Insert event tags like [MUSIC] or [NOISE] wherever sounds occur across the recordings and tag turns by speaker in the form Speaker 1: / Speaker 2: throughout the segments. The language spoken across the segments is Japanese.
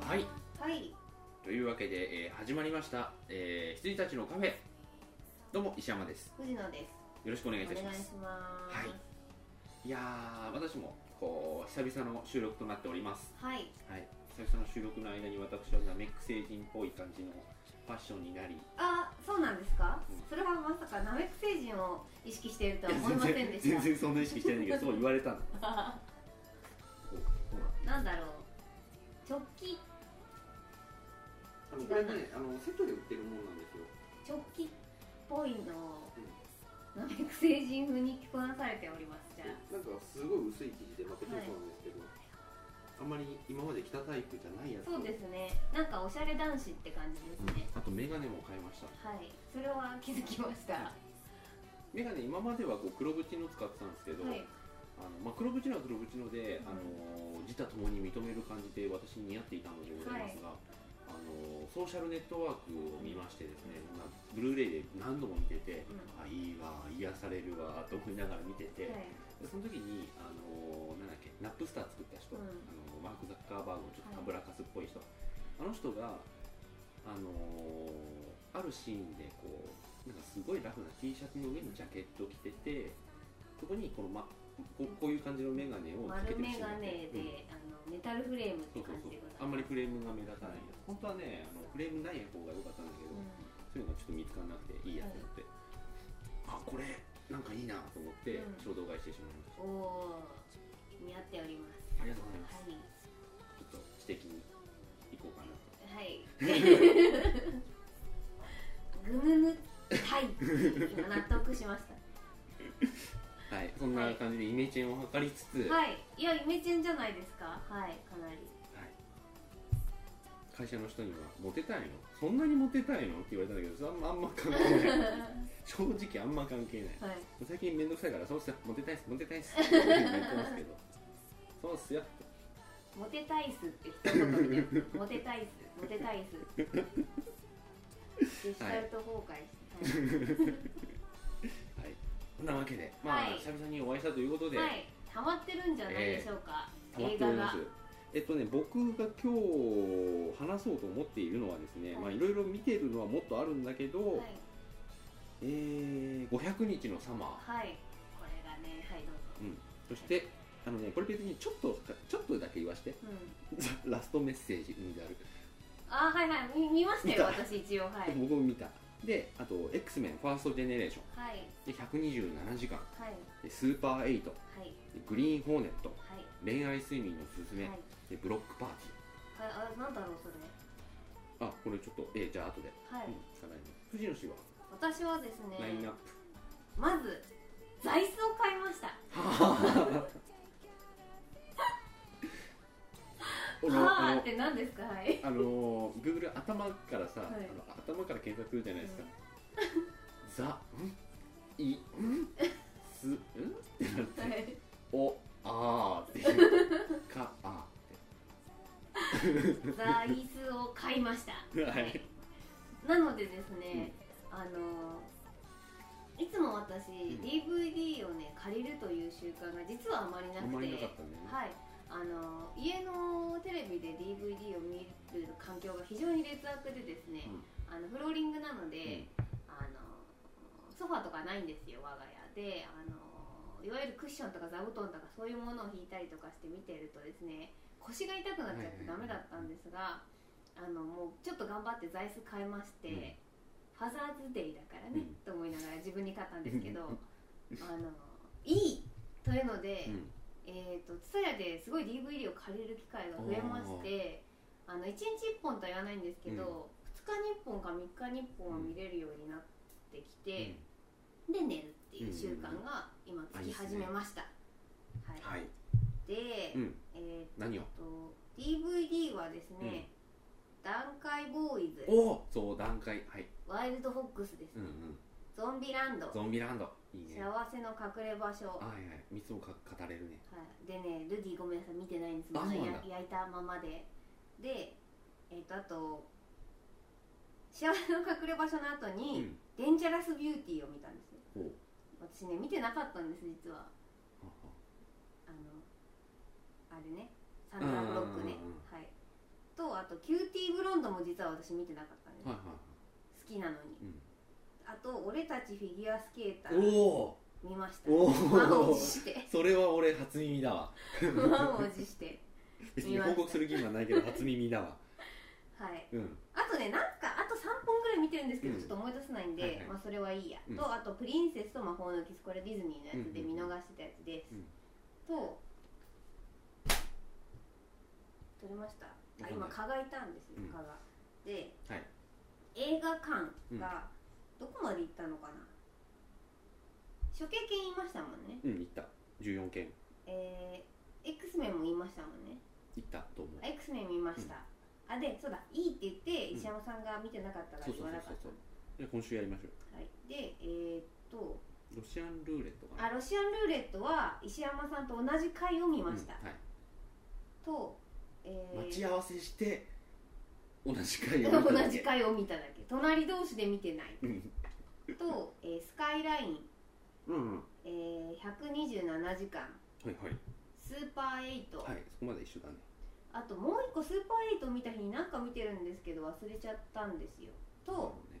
Speaker 1: はい
Speaker 2: はい
Speaker 1: というわけで、えー始まりました、えー、羊たちのカフェどうも石山です
Speaker 2: 藤野です
Speaker 1: よろしくお願いいたし
Speaker 2: お
Speaker 1: ま
Speaker 2: 願いし
Speaker 1: す
Speaker 2: ます
Speaker 1: いやー私もこう久々の収録となっております
Speaker 2: はい、
Speaker 1: はい久々の収録の間に私はナメック星人っぽい感じのファッションになり
Speaker 2: あそうなんですか、
Speaker 1: うん
Speaker 2: それはまさかナメック星人を意識しているとは思いませんでし
Speaker 1: 全
Speaker 2: た
Speaker 1: 然そんな意識してないんだけどそう言われた
Speaker 2: [LAUGHS]
Speaker 1: のおそうなの
Speaker 2: なんだろう直帰
Speaker 3: あのこれね、あのセットで売ってるものなんですよ。
Speaker 2: 直帰っぽいのをナメック星人風に着こなされておりますじゃ
Speaker 3: なんかすごい薄い生地で、まあ、ペテそうなんですけど、
Speaker 1: あんまり今まで着たタイプじゃないや
Speaker 2: あ
Speaker 1: つ
Speaker 2: そうですねなんかおしゃれ男子って感じです
Speaker 1: うん
Speaker 2: ね、
Speaker 1: あとメガネも買いました
Speaker 2: はいそれは気づきましたは
Speaker 1: メガネ今まではこう黒縁の使ってたんですけ
Speaker 2: い
Speaker 1: ど、あのまあ、黒縁のは黒縁ので、
Speaker 2: うん
Speaker 1: あの自他ともに認める感じで私に似合っていたのでございますが、あのソーシャルネットワークを見ましてですね、まあブルーレイで何度も見てて、
Speaker 2: う
Speaker 1: あいいわ癒されるわと思いながら見てて、
Speaker 2: はい
Speaker 1: でその時にあのなんだっけナップスター作った人、
Speaker 2: うん
Speaker 1: あのマーク・ザッカーバーグのちょっとたぶらかすっぽい人、あの人があのあるシーンでこうなんかすごいラフな T シャツの上にジャケットを着ててそこにこの、ま、こうこういう感じの眼鏡をつけて
Speaker 2: 丸
Speaker 1: る
Speaker 2: 眼
Speaker 1: シーンがあっ
Speaker 2: 鏡
Speaker 1: てう
Speaker 2: で、
Speaker 1: ん
Speaker 2: あのメタルフレームっ
Speaker 1: そう
Speaker 2: て
Speaker 1: そう
Speaker 2: 感じ
Speaker 1: そう
Speaker 2: でございます
Speaker 1: あんまりフレームが目立たないやつ本当はねあのフレームない方が良かったんだけど、そういうのがちょっと見つからなくていいやと思って、あこれなんかいいなと思って
Speaker 2: うん
Speaker 1: 衝動買いしてしまいました、
Speaker 2: うん、おお似合っております
Speaker 1: ありがとうございます
Speaker 2: はい
Speaker 1: ちょっと知的に行こうかなと
Speaker 2: はい。ぐぬぬはい。今納得しました。
Speaker 1: [LAUGHS] はい、そんな感じでイメチェンを図りつつ、
Speaker 2: はい。いやイメチェンじゃないですか。はい。かなり。
Speaker 1: 会社の人には「モテたいのそんなにモテたいの?」って言われたんだけどそれあんまあんま関係ない正直あんま関係ない
Speaker 2: はい。
Speaker 1: 最近めんどくさいから「そうっすよモテたいっすモテたいっす」って言ってますけど「そうっすよ」
Speaker 2: モテたいっすって一言で。モテたいっす。モテたいっす。デジタルト崩壊して。
Speaker 1: はいそんなわけでまあ、
Speaker 2: はい
Speaker 1: 久々にお会いしたということで、
Speaker 2: はい。はいハマってるんじゃないでしょうか。
Speaker 1: たまっ
Speaker 2: 映
Speaker 1: てお
Speaker 2: 画
Speaker 1: りま
Speaker 2: が
Speaker 1: す。えっとね、僕が今日話そうと思っているのはですね、
Speaker 2: はい
Speaker 1: まあいろいろ見てるのはもっとあるんだけど、
Speaker 2: はい。
Speaker 1: えー、500日のサマー、
Speaker 2: はい。これがね、はいどうぞ。
Speaker 1: そしてあのねこれ別にちょっとちょっとだけ言わして [LAUGHS]
Speaker 2: うん。
Speaker 1: ラストメッセージである、
Speaker 2: あはいはい見見ました
Speaker 1: 見
Speaker 2: よ
Speaker 1: た
Speaker 2: 私一応はい。
Speaker 1: 僕も見たであと X メンファーストジェネレーション
Speaker 2: はい
Speaker 1: で127時間
Speaker 2: はい
Speaker 1: でスーパーエイト
Speaker 2: はい
Speaker 1: でグリーンホーネット
Speaker 2: はい。
Speaker 1: 恋愛睡眠のすすめ、
Speaker 2: はい
Speaker 1: でブロックパーテ
Speaker 2: ああなんだろうそれ
Speaker 1: ィーあこれちょっとえーじゃあ後で、
Speaker 2: はい、
Speaker 1: うん聞かないね藤野氏は
Speaker 2: 私はですね
Speaker 1: ラインナップ、
Speaker 2: [LAUGHS]
Speaker 1: [LAUGHS]
Speaker 2: まず座椅子を買いました
Speaker 1: おろあ
Speaker 2: はー
Speaker 1: の
Speaker 2: って何ですか
Speaker 1: [LAUGHS]
Speaker 2: はい
Speaker 1: あのー、Google 頭からさ、
Speaker 2: はい
Speaker 1: あの頭から検索するじゃないですか、ザんいんすんってなって
Speaker 2: はい
Speaker 1: おあ
Speaker 2: [LAUGHS]
Speaker 1: ーっていうかあ
Speaker 2: 座椅子を買いました
Speaker 1: ーってはい
Speaker 2: なのでですね、あのいつも私、
Speaker 1: ん
Speaker 2: DVD をね借りるという習慣が実はあまりな
Speaker 1: あ
Speaker 2: くて
Speaker 1: んまりなかったんだよね、
Speaker 2: はい、あの家のテレビで DVD を見る環境が非常に劣悪でですね、あのフローリングなので、あのソファーとかないんですよ我が家であのいわゆるクッションとか座布団とかそういうものを引いたりとかして見てるとですね腰が痛くなっちゃってダメだったんですが、あのもうちょっと頑張って座椅子買いまして、
Speaker 1: うん
Speaker 2: ファザーズデイだから
Speaker 1: う
Speaker 2: ね、
Speaker 1: ん
Speaker 2: と思いながら自分に買ったんです
Speaker 1: [LAUGHS]
Speaker 2: けどあのいいというので、
Speaker 1: うん
Speaker 2: えー、と TSUTAYA ですごい DVD を借りる機会が増えましてあの1日1本とは言わないんですけど、2日に1本か3日に1本は見れるようになってきて、で寝るっていう習慣が今つき始めました、
Speaker 1: うん
Speaker 2: はい
Speaker 1: はい、
Speaker 2: で、
Speaker 1: うん、
Speaker 2: え
Speaker 1: 何を
Speaker 2: ー、と DVD はですね、段階ボーイズ
Speaker 1: おおそう段階はい、
Speaker 2: ワイルドフォックスです、
Speaker 1: うんうん、
Speaker 2: ゾンビランド
Speaker 1: ゾンビランドいいねは
Speaker 2: 幸せの隠れ場所
Speaker 1: いはい三つもか語れるね
Speaker 2: はい、でねルディごめんなさい見てないんです
Speaker 1: あ
Speaker 2: まだ
Speaker 1: そうなん
Speaker 2: や
Speaker 1: だ
Speaker 2: 焼いたままででえっ、とあと幸せの隠れ場所の後
Speaker 1: う
Speaker 2: に、
Speaker 1: ん
Speaker 2: デンジャラスビューティーを見たんですよ
Speaker 1: ほう
Speaker 2: 私ね見てなかったんです実
Speaker 1: は
Speaker 2: はあのあれねサンダーブロックね
Speaker 1: うんうんうん
Speaker 2: はいとあとンドも実は私見てなかったね、
Speaker 1: はいは
Speaker 2: 好きなのに、
Speaker 1: うん
Speaker 2: あと俺たちフィギュアスケータ
Speaker 1: いはい
Speaker 2: ー
Speaker 1: おお
Speaker 2: 見ました
Speaker 1: おー
Speaker 2: 満を持して
Speaker 1: [LAUGHS] それは俺初耳だわ
Speaker 2: 満を持して
Speaker 1: 別に報告する義務はないけど初耳だわ
Speaker 2: はい
Speaker 1: うん
Speaker 2: あとねなんかあと3本ぐらい見てるんですけど、
Speaker 1: うん
Speaker 2: ちょっと思い出せないんで、
Speaker 1: はいはい
Speaker 2: まあ、それはいいや、
Speaker 1: うん
Speaker 2: とあと「プリンセスと魔法のキス」これディズニーのやつで
Speaker 1: うんう
Speaker 2: 見
Speaker 1: んう
Speaker 2: 逃
Speaker 1: ん
Speaker 2: してたやつです、
Speaker 1: うん
Speaker 2: と撮れましたあ今蚊がいたんですよ
Speaker 1: うん
Speaker 2: 蚊が、で、
Speaker 1: はい
Speaker 2: 映画館がどこまで行ったのかな、処刑犬言いましたもんね
Speaker 1: うん行った14件
Speaker 2: えー、X メンも言いましたもんね
Speaker 1: 行ったと思う
Speaker 2: あ X メン見ました、あでそうだいいって言って石山さんが見てなかったから
Speaker 1: そう
Speaker 2: 言
Speaker 1: そう
Speaker 2: わ
Speaker 1: そ
Speaker 2: な
Speaker 1: う
Speaker 2: か
Speaker 1: そうそう
Speaker 2: った
Speaker 1: じゃあ今週やりましょう
Speaker 2: はい、でえーっと
Speaker 1: ロシアンルーレットかな
Speaker 2: あロシアンルーレットは石山さんと同じ回を見ました、
Speaker 1: うん
Speaker 2: と、え
Speaker 1: はい、
Speaker 2: ー
Speaker 1: 待ち合わせして同じ回を見ただけ
Speaker 2: 同じ回を見ただけ隣同士で見てない
Speaker 1: うん
Speaker 2: と、えースカイライン、
Speaker 1: うんうんは
Speaker 2: えー127時間
Speaker 1: いはい
Speaker 2: スーパーエイト、
Speaker 1: はいそこまで一緒だね
Speaker 2: あともう一個スーパーエイト見た日に何か見てるんですけど忘れちゃったんですよと、
Speaker 1: うね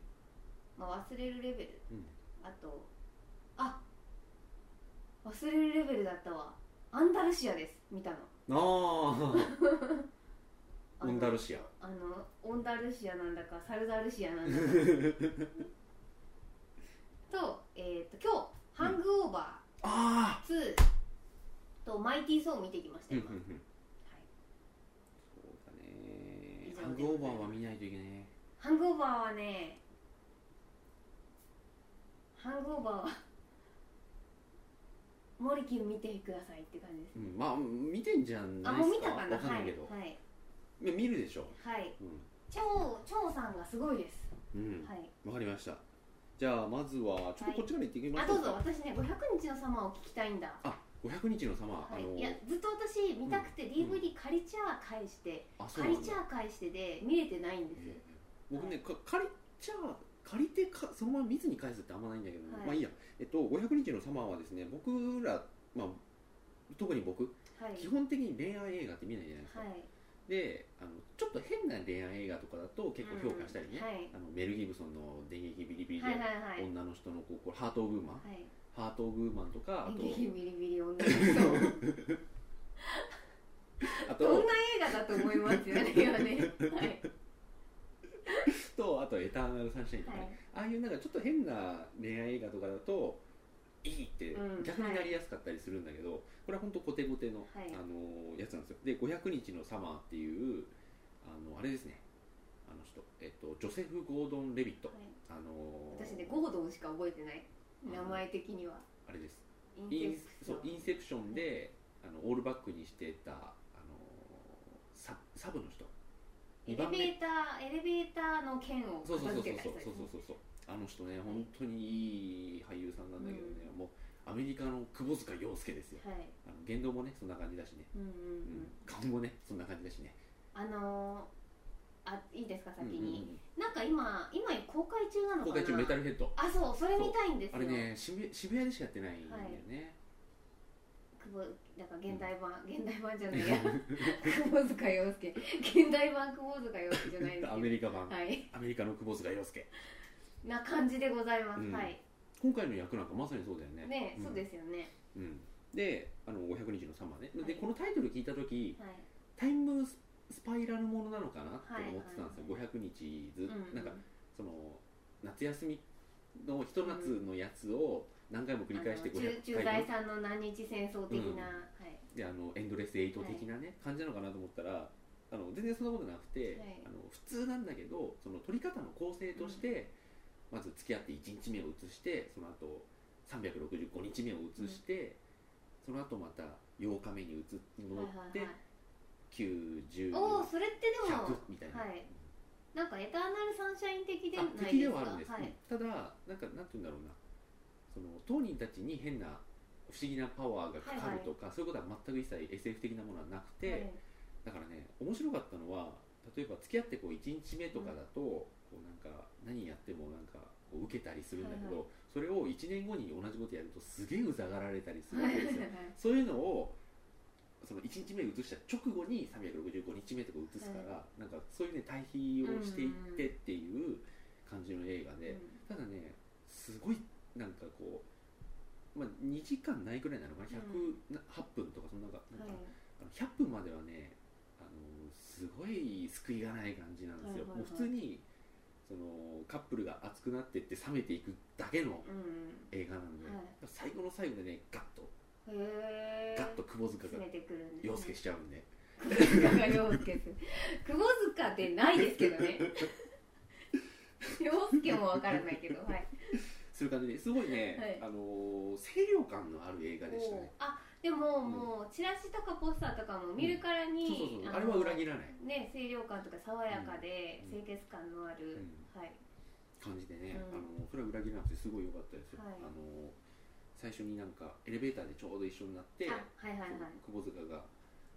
Speaker 2: まあ、忘れるレベル
Speaker 1: うん
Speaker 2: あとあ忘れるレベルだったわアンダルシアです見たの
Speaker 1: あ
Speaker 2: あ
Speaker 1: あ [LAUGHS] オ
Speaker 2: の
Speaker 1: ンダルシア
Speaker 2: あのオンダルシアなんだかサルダルシアな
Speaker 1: [LAUGHS]
Speaker 2: んだか
Speaker 1: あ
Speaker 2: と,、えー、と今日「ハングオーバ
Speaker 1: あ
Speaker 2: ー2」と「マイティー・ソー」見てきました
Speaker 1: うんう
Speaker 2: よ
Speaker 1: んう
Speaker 2: 今、
Speaker 1: ん
Speaker 2: はい
Speaker 1: そうだね
Speaker 2: 以上で
Speaker 1: ハングオーバーは見ないといけないね
Speaker 2: ハングオーバーはねハングオーバーはモリキュン見てくださいって感じです
Speaker 1: うんまあ見てんじゃん
Speaker 2: あ
Speaker 1: ない
Speaker 2: も
Speaker 1: っ
Speaker 2: う
Speaker 1: す
Speaker 2: 見たかな
Speaker 1: わかんないけど、
Speaker 2: はいはい、
Speaker 1: いや見るでしょ
Speaker 2: はい、
Speaker 1: うん
Speaker 2: チョウチョウさんがすごいです、
Speaker 1: うん
Speaker 2: はい、
Speaker 1: わかりましたじゃあまずはちょっとこっちから行っていきま
Speaker 2: あ
Speaker 1: しょう
Speaker 2: どう
Speaker 1: か、
Speaker 2: ぞ私ね500日の様を聞きたいんだ
Speaker 1: あ500日の様、
Speaker 2: は
Speaker 1: あの
Speaker 2: い、いやずっと私見たくて DVD 借りちゃあ返して、
Speaker 1: あそう
Speaker 2: 借
Speaker 1: なん
Speaker 2: り
Speaker 1: だ
Speaker 2: ちゃあ返してで見れてないんですよ
Speaker 1: えー僕ね、か借りちゃ借りてかそのまま見ずに返すってあんまないんだけど、
Speaker 2: はい
Speaker 1: まあいいや、えっと、500日のサマーはですね僕ら、まあ、特に僕
Speaker 2: はい
Speaker 1: 基本的に恋愛映画って見ないじゃないですか、
Speaker 2: はい
Speaker 1: であのちょっと変な恋愛映画とかだと結構評価したりね、
Speaker 2: うんはい
Speaker 1: あのメル・ギブソンの「電撃ビリビリで
Speaker 2: はいはい」はい
Speaker 1: 女の人のこうこれハート・オブ・ウーマン」
Speaker 2: は
Speaker 1: ハート・オブ・ウーマン」とかあ
Speaker 2: い
Speaker 1: と
Speaker 2: ビリビリビリ女の人
Speaker 1: [LAUGHS] あ
Speaker 2: どん
Speaker 1: と
Speaker 2: な映画だと思いますよね今ねはい
Speaker 1: とあと「エターナル・サンシャイン」とかね、ああいうなんかちょっと変な恋愛映画とかだといいって
Speaker 2: うん
Speaker 1: 逆になりやすかったりするんだけど、これは本当コテコテの、
Speaker 2: はい
Speaker 1: あのーやつなんですよで「500日のサマー」っていうあのあれですねあの人、えっと、ジョセフ・ゴードン・レビット、
Speaker 2: はい
Speaker 1: あのー
Speaker 2: 私ねゴードンしか覚えてない名前的には
Speaker 1: あれですイ
Speaker 2: イン
Speaker 1: ン
Speaker 2: セプシ
Speaker 1: そ
Speaker 2: ョ
Speaker 1: う
Speaker 2: ン
Speaker 1: インセプションであのオールバックにしてた、あのーササブの人
Speaker 2: エレ
Speaker 1: 二番目
Speaker 2: ベーターエレベーターの剣を
Speaker 1: そうそう
Speaker 2: 片
Speaker 1: そう
Speaker 2: 付
Speaker 1: そう
Speaker 2: けた
Speaker 1: そう
Speaker 2: 人で
Speaker 1: そう
Speaker 2: すね
Speaker 1: そうそうあの人ね本当にいい俳優さんなんだけどね、もうアメリカの窪塚洋介ですよ
Speaker 2: はい
Speaker 1: あの言動もねそんな感じだしね、
Speaker 2: うんうん
Speaker 1: う
Speaker 2: うんん、
Speaker 1: 顔もねそんな感じだしね
Speaker 2: あのーあいいですか先
Speaker 1: うんうん
Speaker 2: になんか今今公開中な
Speaker 1: う
Speaker 2: の
Speaker 1: ん
Speaker 2: か
Speaker 1: 公
Speaker 2: な
Speaker 1: 開中メタルヘッド
Speaker 2: あそうそれ見たいんです
Speaker 1: あ
Speaker 2: よ
Speaker 1: れね渋渋谷でしかやってないんだよね、
Speaker 2: 久保なんか現代版、現代版じゃないや久保塚洋介現代版久保塚洋介じゃない
Speaker 1: [LAUGHS]
Speaker 2: ですけど
Speaker 1: アメリカ版、
Speaker 2: はい
Speaker 1: アメリカの窪塚洋介
Speaker 2: な感じでございます、
Speaker 1: うん
Speaker 2: はい
Speaker 1: 今回の役なんかまさにそうだよね、
Speaker 2: ね、そうですすよね
Speaker 1: うん、であの500日のサマーねで、
Speaker 2: はい
Speaker 1: このタイトル聞いた時
Speaker 2: はい
Speaker 1: タイムススパイラルものなのかなって
Speaker 2: はい
Speaker 1: 思ってたんですよ、500日ず、
Speaker 2: うんうん
Speaker 1: なんかその夏休みのひと夏のやつを何回も繰り返して
Speaker 2: あの中中
Speaker 1: 500回
Speaker 2: 大さんの何日戦争的な、
Speaker 1: うん
Speaker 2: はい
Speaker 1: であのエンドレスエイト的なね、感じなのかなと思ったらあの全然そんなことなくて、
Speaker 2: はい
Speaker 1: あの普通なんだけどその取り方の構成として、まず付き合って1日目を移してその後365日目を移して、その後また8日目に移って
Speaker 2: はい
Speaker 1: 戻って、
Speaker 2: はいはい
Speaker 1: 910
Speaker 2: おおそれってでも
Speaker 1: 100みたいな、
Speaker 2: はいなんかエターナルサンシャイン的で
Speaker 1: あ
Speaker 2: ないですか
Speaker 1: 敵ではあるんです、
Speaker 2: はい、
Speaker 1: ただなんかなんて言うんだろうなその当人たちに変な不思議なパワーがかかるとか、そういうことは全く一切 SF 的なものはなくて、だ
Speaker 2: はい
Speaker 1: からね面白かったのは例えば付き合ってこう1日目とかだと、こうなんか何やってもなんかこう受けたりするんだけど、
Speaker 2: はいは
Speaker 1: それを1年後に同じことやるとすげえうざがられたりするわ [LAUGHS]
Speaker 2: はい
Speaker 1: けですよそういうのをその1日目移した直後に365日目とか移すから、なんかそういうね対比をしていってっていう感じの映画で、ただねすごいなんかこう、まあ、2時間ないくらいなのかな108分とかそんなかなんか、あの100分まではねあのすごい救いがない感じなんですよ、
Speaker 2: はいはいはい
Speaker 1: もう普通にそのカップルが熱くなってって冷めていくだけの映画なので、
Speaker 2: はい
Speaker 1: 最後の最後でねガッと
Speaker 2: うんへえ
Speaker 1: ガッと窪塚
Speaker 2: 詰
Speaker 1: が
Speaker 2: めてくるんですね
Speaker 1: 陽介しちゃうんで、
Speaker 2: 久保塚が陽介です久保塚ってないですけどね陽介もわからないけ
Speaker 1: [LAUGHS]
Speaker 2: どはい
Speaker 1: そういう感じですごいね、
Speaker 2: は
Speaker 1: あ
Speaker 2: い
Speaker 1: のー清涼感のある映画でしたね
Speaker 2: おーあでももうチラシとかポスターとかも見るから
Speaker 1: そう
Speaker 2: に、
Speaker 1: そうそうあれは裏切らない
Speaker 2: ね清涼感とか爽やかで
Speaker 1: うん
Speaker 2: 清潔感のある、はい
Speaker 1: 感じでね、
Speaker 2: うん
Speaker 1: あのそれは裏切らなくてすごい良かったですよ、
Speaker 2: はい
Speaker 1: あのー最初になんかエレベーターでちょうど一緒になって、
Speaker 2: あはいはいはい
Speaker 1: その窪塚が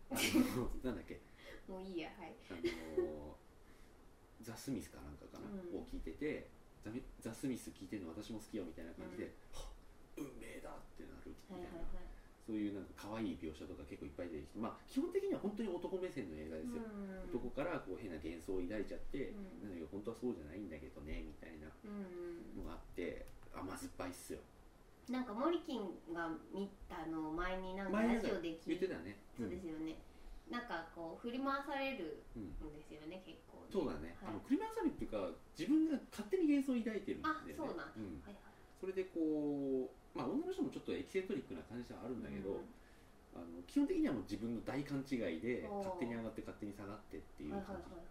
Speaker 1: あ
Speaker 2: [LAUGHS]
Speaker 1: のなんだっけ
Speaker 2: もういいやはい
Speaker 1: あのーザ・スミスかなんかかな、
Speaker 2: うん
Speaker 1: を聞いててザミザ・スミス聞いてるの私も好きよみたいな感じで、はっ運命だってなるみた
Speaker 2: はいいはい
Speaker 1: な、
Speaker 2: はい
Speaker 1: そういうなんか可愛い描写とか結構いっぱい出てきてまあ基本的には本当に男目線の映画ですよ、
Speaker 2: うん
Speaker 1: 男からこう変な幻想を抱いちゃって、
Speaker 2: うん
Speaker 1: なんだけど本当はそうじゃないんだけどねみたいな
Speaker 2: うん
Speaker 1: のがあって甘酸っぱいっすよ
Speaker 2: なんかモリキンが見たのを前になんか
Speaker 1: 前にな
Speaker 2: ラ
Speaker 1: ん
Speaker 2: ジ
Speaker 1: か
Speaker 2: オで聞
Speaker 1: 言
Speaker 2: い
Speaker 1: ってたよね
Speaker 2: そうですよね、なんかこう振り回される
Speaker 1: うんうん
Speaker 2: んですよね結構ね
Speaker 1: そうだね、
Speaker 2: はい
Speaker 1: あのクリマンサミっていうか自分が勝手に幻想を抱いてるんだよね
Speaker 2: あそうなんだ
Speaker 1: うん
Speaker 2: はいはい
Speaker 1: それでこう、まあ、女の人もちょっとエキセントリックな感じはあるんだけど、あの基本的にはもう自分の大勘違いで
Speaker 2: おー
Speaker 1: 勝手に上がって勝手に下がってっていう
Speaker 2: はい
Speaker 1: 感
Speaker 2: はいはいはい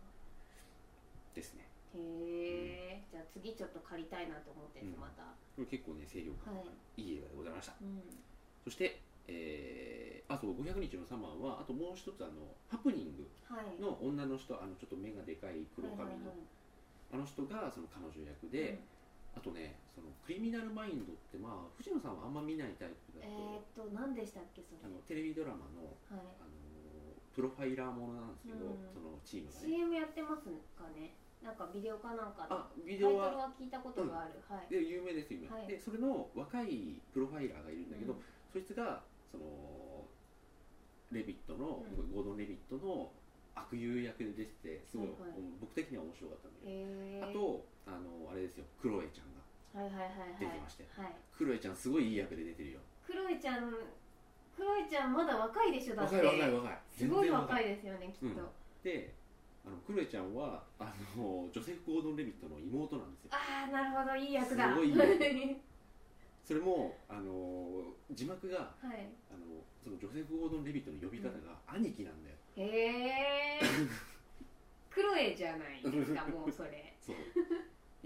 Speaker 1: じですね、
Speaker 2: へえ、じゃあ次ちょっと借りたいなと思ってんです
Speaker 1: うん
Speaker 2: また、
Speaker 1: これ結構ね清涼感が
Speaker 2: はい
Speaker 1: いい映画でございました、
Speaker 2: うん
Speaker 1: そして、えーあと500日のサマーはあともう一つあのハプニング
Speaker 2: はい
Speaker 1: の女の人あのちょっと目がでかい黒髪の、
Speaker 2: はいはいはい
Speaker 1: あの人がその彼女役で、あとねそのクリミナルマインドってまあ藤野さんはあんま見ないタイプ
Speaker 2: うん
Speaker 1: だ
Speaker 2: え
Speaker 1: と、
Speaker 2: ー、っと何でしたっけそ
Speaker 1: あ
Speaker 2: れ
Speaker 1: のテレビドラマの
Speaker 2: はい
Speaker 1: あのプロファイラーものなんですけど、
Speaker 2: うん
Speaker 1: そのチームがね
Speaker 2: CM やってますかねなんかビデオかなんか
Speaker 1: あ
Speaker 2: タ
Speaker 1: ビ
Speaker 2: イ
Speaker 1: デ
Speaker 2: トル
Speaker 1: オは
Speaker 2: は聞いたことがある、はい
Speaker 1: で有名ですよ今、
Speaker 2: はい
Speaker 1: でそれの若いプロファイラーがいるんだけど、
Speaker 2: うん
Speaker 1: そいつがそのレビットの、
Speaker 2: うん
Speaker 1: ゴードン・レビットの悪友役で出ててすごい、
Speaker 2: はいはい
Speaker 1: うん僕的には面白かったんだけど、
Speaker 2: へえ
Speaker 1: あとあのあれですよクロエちゃんが
Speaker 2: はいはいはいはい
Speaker 1: 出てましたよ
Speaker 2: はい
Speaker 1: クロエちゃんすごいいい役で出てるよ
Speaker 2: クロエちゃんクロエちゃんまだ若いでしょだって
Speaker 1: 若い若い若い
Speaker 2: すごい
Speaker 1: い
Speaker 2: 若いですよねきっと、
Speaker 1: うんであのクロエちゃんはあのジョセフ・ゴードン・レビットの妹なんですよ
Speaker 2: ああなるほどいい役だ
Speaker 1: すごいいい
Speaker 2: [LAUGHS] は
Speaker 1: 役
Speaker 2: い
Speaker 1: それもあの字幕があのそのジョセフ・ゴードン・レビットの呼び方が兄貴なんだよ、
Speaker 2: へえクロエじゃないですかもうそ
Speaker 1: [LAUGHS]
Speaker 2: れ
Speaker 1: そう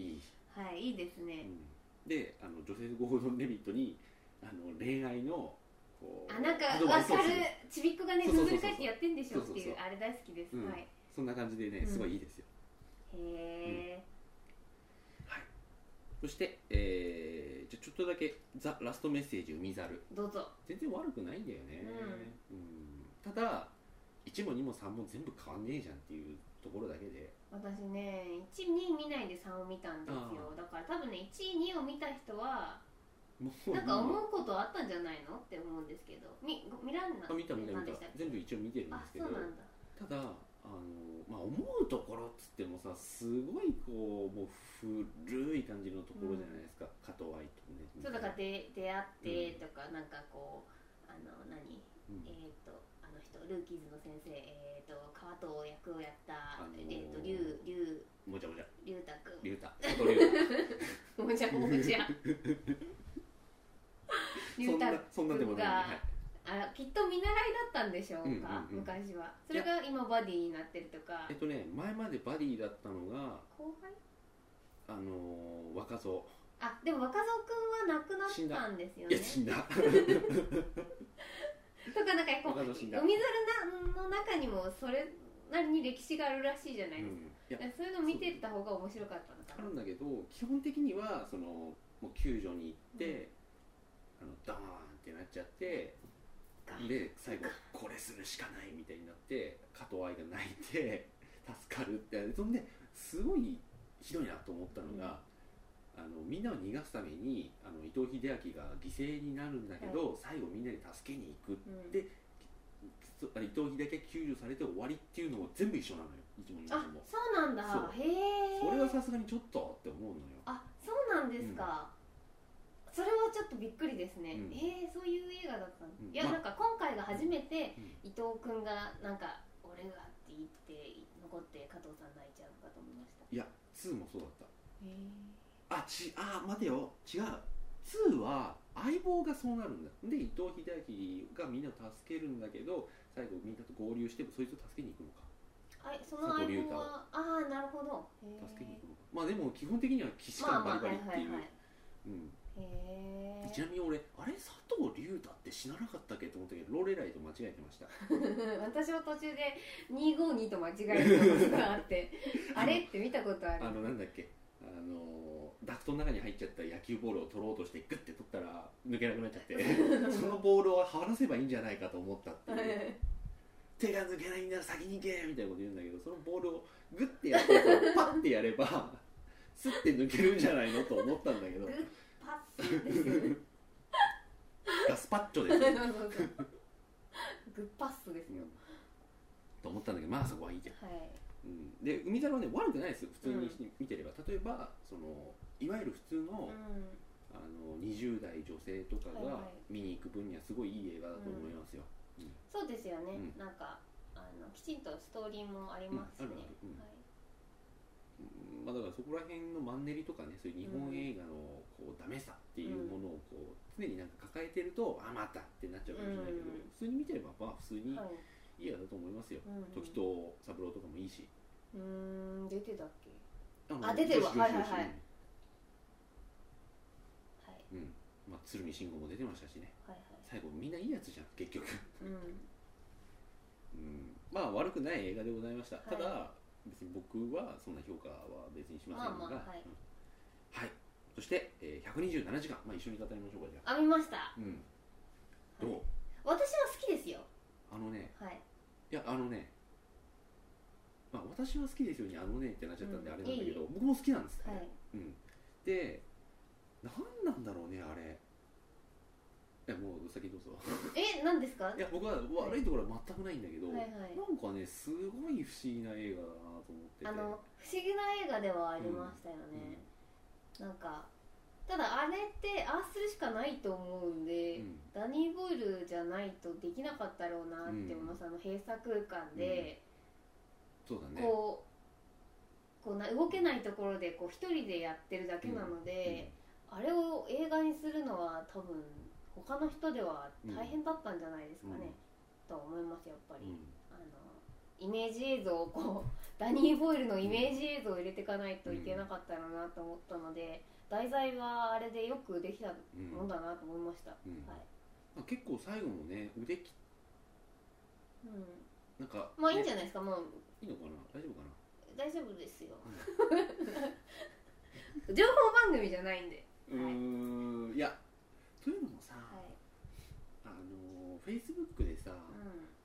Speaker 1: いい、
Speaker 2: はいいいです
Speaker 1: う
Speaker 2: ね
Speaker 1: ん、であのジョセフ・ゴードン・レビットにあの恋愛のこう
Speaker 2: あなんか
Speaker 1: アドバイ
Speaker 2: わ
Speaker 1: スを
Speaker 2: か
Speaker 1: す
Speaker 2: る
Speaker 1: る
Speaker 2: ちびっこがね
Speaker 1: そうそうそう
Speaker 2: ぐず
Speaker 1: そう
Speaker 2: り返ってやってんでしょって
Speaker 1: そうそ
Speaker 2: いう
Speaker 1: うそう
Speaker 2: あれ大好きです、
Speaker 1: うん
Speaker 2: はい
Speaker 1: そんな感じでね
Speaker 2: うん
Speaker 1: すごいいいですよ、
Speaker 2: へえ、
Speaker 1: そして、えーじゃあちょっとだけ「ザ・ラストメッセージを見ざる
Speaker 2: どうぞ」
Speaker 1: 全然悪くないんだよね、うんただ1も2も3も全部変わんねえじゃんっていうところだけで
Speaker 2: 私ね12見ないで3を見たんですよだから多分ね12を見た人は
Speaker 1: もう
Speaker 2: なんか思うことあったんじゃないのって思うんですけどみ見らんな
Speaker 1: あ見た見た
Speaker 2: なん
Speaker 1: 見
Speaker 2: で
Speaker 1: た
Speaker 2: したっけ
Speaker 1: 全部一応見てるんで
Speaker 2: あ
Speaker 1: すけ
Speaker 2: そう
Speaker 1: ど
Speaker 2: なんだ
Speaker 1: ただあの、まあ、思うところっつってもさすごいこうもう古い感じのところじゃないですか、加藤愛とね
Speaker 2: そうだからで出会ってとか、なんかこうあの何
Speaker 1: うん
Speaker 2: えっ、とあの人ルーキーズの先生えっ、と川藤役をやった、
Speaker 1: あのー
Speaker 2: えっ、と龍龍
Speaker 1: もじゃもじゃ
Speaker 2: 龍太くん
Speaker 1: 竜太佐藤竜
Speaker 2: [LAUGHS]
Speaker 1: 太
Speaker 2: もじゃもじゃ
Speaker 1: [LAUGHS]
Speaker 2: 龍
Speaker 1: そん
Speaker 2: 太
Speaker 1: なそんなでもない、
Speaker 2: が
Speaker 1: はい、
Speaker 2: あきっと見習いだったんでしょうか、
Speaker 1: うんうんうん
Speaker 2: 昔はそれが今バディになってるとか
Speaker 1: えっとね前までバディだったのが
Speaker 2: 後輩
Speaker 1: あのー若造
Speaker 2: あでも若造くんは亡くな
Speaker 1: 死ん
Speaker 2: った
Speaker 1: だ
Speaker 2: んですよ
Speaker 1: い
Speaker 2: ね
Speaker 1: や死
Speaker 2: [LAUGHS]
Speaker 1: んだ
Speaker 2: とかなんかこう
Speaker 1: 若造死んだ
Speaker 2: 海猿なの中にもそれなりに歴史があるらしいじゃ
Speaker 1: う
Speaker 2: ないですか、
Speaker 1: んいや
Speaker 2: だからそういうの見てった方が面白かったの
Speaker 1: あ
Speaker 2: かな
Speaker 1: るんだけど基本的にはそのもう救助に行って、あのダーンってなっちゃって
Speaker 2: ガ
Speaker 1: で最後これするしかないみたいになって加藤愛が泣いて助かるってそんですごいひどいなと思ったのが、あのみんなを逃がすためにあの伊藤英明が犠牲になるんだけど、最後みんなで助けに行く
Speaker 2: うん
Speaker 1: でそあ伊藤英明救助されて終わりっていうのは全部一緒なのよ一問一
Speaker 2: あ
Speaker 1: 問も
Speaker 2: そうなんだ
Speaker 1: そう
Speaker 2: へえ
Speaker 1: それはさすがにちょっとって思うのよ
Speaker 2: あそうなんですか、それはちょっとびっくりですね、
Speaker 1: うん
Speaker 2: えーそういう映画だったの、
Speaker 1: うん
Speaker 2: いや、
Speaker 1: まあ
Speaker 2: なんか今回が初めて
Speaker 1: うん
Speaker 2: 伊藤君がなんか俺がって言って残って加藤さん泣いちゃうのかと思いました
Speaker 1: いや2もそうだった
Speaker 2: へえ
Speaker 1: あちあ待てよ違う2は相棒がそうなるんだで伊藤英明がみんなを助けるんだけど最後みんなと合流してそいつを助けに行くのか
Speaker 2: あその
Speaker 1: 佐
Speaker 2: アイ
Speaker 1: 藤隆
Speaker 2: コン
Speaker 1: 太を
Speaker 2: はああなるほどへえ
Speaker 1: 助けに行くのかまあでも基本的には騎士
Speaker 2: まあ
Speaker 1: 官
Speaker 2: ま
Speaker 1: バ
Speaker 2: あ
Speaker 1: リバリっ
Speaker 2: はいはい
Speaker 1: て
Speaker 2: はい
Speaker 1: いう、うん
Speaker 2: へえ
Speaker 1: ちなみに俺あれ佐藤隆太って死ななかったっけと思ったけどロレライと間違えてました
Speaker 2: [LAUGHS] 私は途中で252と間違えることがあって
Speaker 1: [LAUGHS]
Speaker 2: あれって見たことある
Speaker 1: あのなんだっけあのダクトの中に入っちゃった野球ボールを取ろうとしてグッて取ったら抜けなくなっちゃ
Speaker 2: [LAUGHS]
Speaker 1: ってそのボールを離せばいいんじゃないかと思ったっていう手が抜けないんなら先に行けみたいなこと言うんだけどそのボールをグッてやってパッてやれば [LAUGHS] スッて抜けるんじゃないのと思ったんだけど
Speaker 2: グッパッ
Speaker 1: [LAUGHS]
Speaker 2: ですよね
Speaker 1: ガスパッチョですよ、
Speaker 2: グッパッスです
Speaker 1: う
Speaker 2: よ
Speaker 1: ん、と思ったんだけどまあそこはいいじゃん
Speaker 2: はい
Speaker 1: うん、で海猿はね悪くないですよ普通にし見てれば、例えばそのいわゆる普通の,、
Speaker 2: う
Speaker 1: あの20代女性とか
Speaker 2: はいは
Speaker 1: が
Speaker 2: い
Speaker 1: 見に行く分にはすごいいい映画だと思いますよ、
Speaker 2: ん、そうですよね、
Speaker 1: うん
Speaker 2: なんかあのきちんとストーリーもありますしね、
Speaker 1: うんあるあるうんうんま
Speaker 2: はい
Speaker 1: あ、だからそこら辺のマンネリとかねそういう日本映画のこうダメさっていうものをこう常になんか抱えてると、あまたってなっちゃうかもしれないけど、
Speaker 2: うん
Speaker 1: 普通に見てればまあ普通に
Speaker 2: はい
Speaker 1: いい映画だと思いますよ、
Speaker 2: うん、
Speaker 1: 時任三郎とかもいいし
Speaker 2: うーん出てたっけ
Speaker 1: あ
Speaker 2: あ出てるわ
Speaker 1: よしよしよし
Speaker 2: はいはいはいはい
Speaker 1: うん、まあ、鶴見信吾も出てましたしね
Speaker 2: はいはい
Speaker 1: 最後みんないいやつじゃん結局
Speaker 2: うん
Speaker 1: うんまあ悪くない映画でございました、
Speaker 2: はい
Speaker 1: ただ別に僕はそんな評価は別にしませんが、
Speaker 2: まあまあは
Speaker 1: う
Speaker 2: い
Speaker 1: んはいそして、えー、127時間、まあ、一緒に語りましょうかじゃあ
Speaker 2: あ見ました
Speaker 1: うんどう、
Speaker 2: はい私は好きですよ
Speaker 1: あのね
Speaker 2: はい
Speaker 1: いやあのねまあ私は好きですよねあのねってなっちゃったんで
Speaker 2: う
Speaker 1: あ
Speaker 2: ん
Speaker 1: れなんだけど、僕も好きなんですよ
Speaker 2: は
Speaker 1: ね、
Speaker 2: い
Speaker 1: うんで何なんだろうねあれいやもう先どうぞ
Speaker 2: え何ですかはい
Speaker 1: いや僕は悪いところは全くないんだけど、
Speaker 2: はい
Speaker 1: なんかねすごい不思議な映画だなと思ってて
Speaker 2: あの不思議な映画ではありましたよ
Speaker 1: うん
Speaker 2: ね、なんかただあれってああするしかないと思うんで、
Speaker 1: うん
Speaker 2: ダニー・ボイルじゃないとできなかったろうなって思います、あの閉鎖空間で、
Speaker 1: そうだね
Speaker 2: こうこうな動けないところでこう一人でやってるだけなので、あれを映画にするのは多分他の人では大変だったんじゃないですかね、と思いますやっぱ
Speaker 1: う
Speaker 2: り、
Speaker 1: ん
Speaker 2: あのイメージ映像をこう [LAUGHS] ダニー・ボイルのイメージ映像を入れていかないといけなかったのなと思ったので、題材はあれでよくできた
Speaker 1: うんうん
Speaker 2: もんだなと思いました、
Speaker 1: うん
Speaker 2: はい、
Speaker 1: まあ結構最後もね腕き
Speaker 2: うん
Speaker 1: なんか、
Speaker 2: まあいいん
Speaker 1: ね
Speaker 2: じゃないですか、もう
Speaker 1: いいのかな大丈夫かな
Speaker 2: 大丈夫ですよ情報番組じゃないんで
Speaker 1: うーんいやというのもさ、
Speaker 2: はい、
Speaker 1: あのフェイスブックでさ、
Speaker 2: う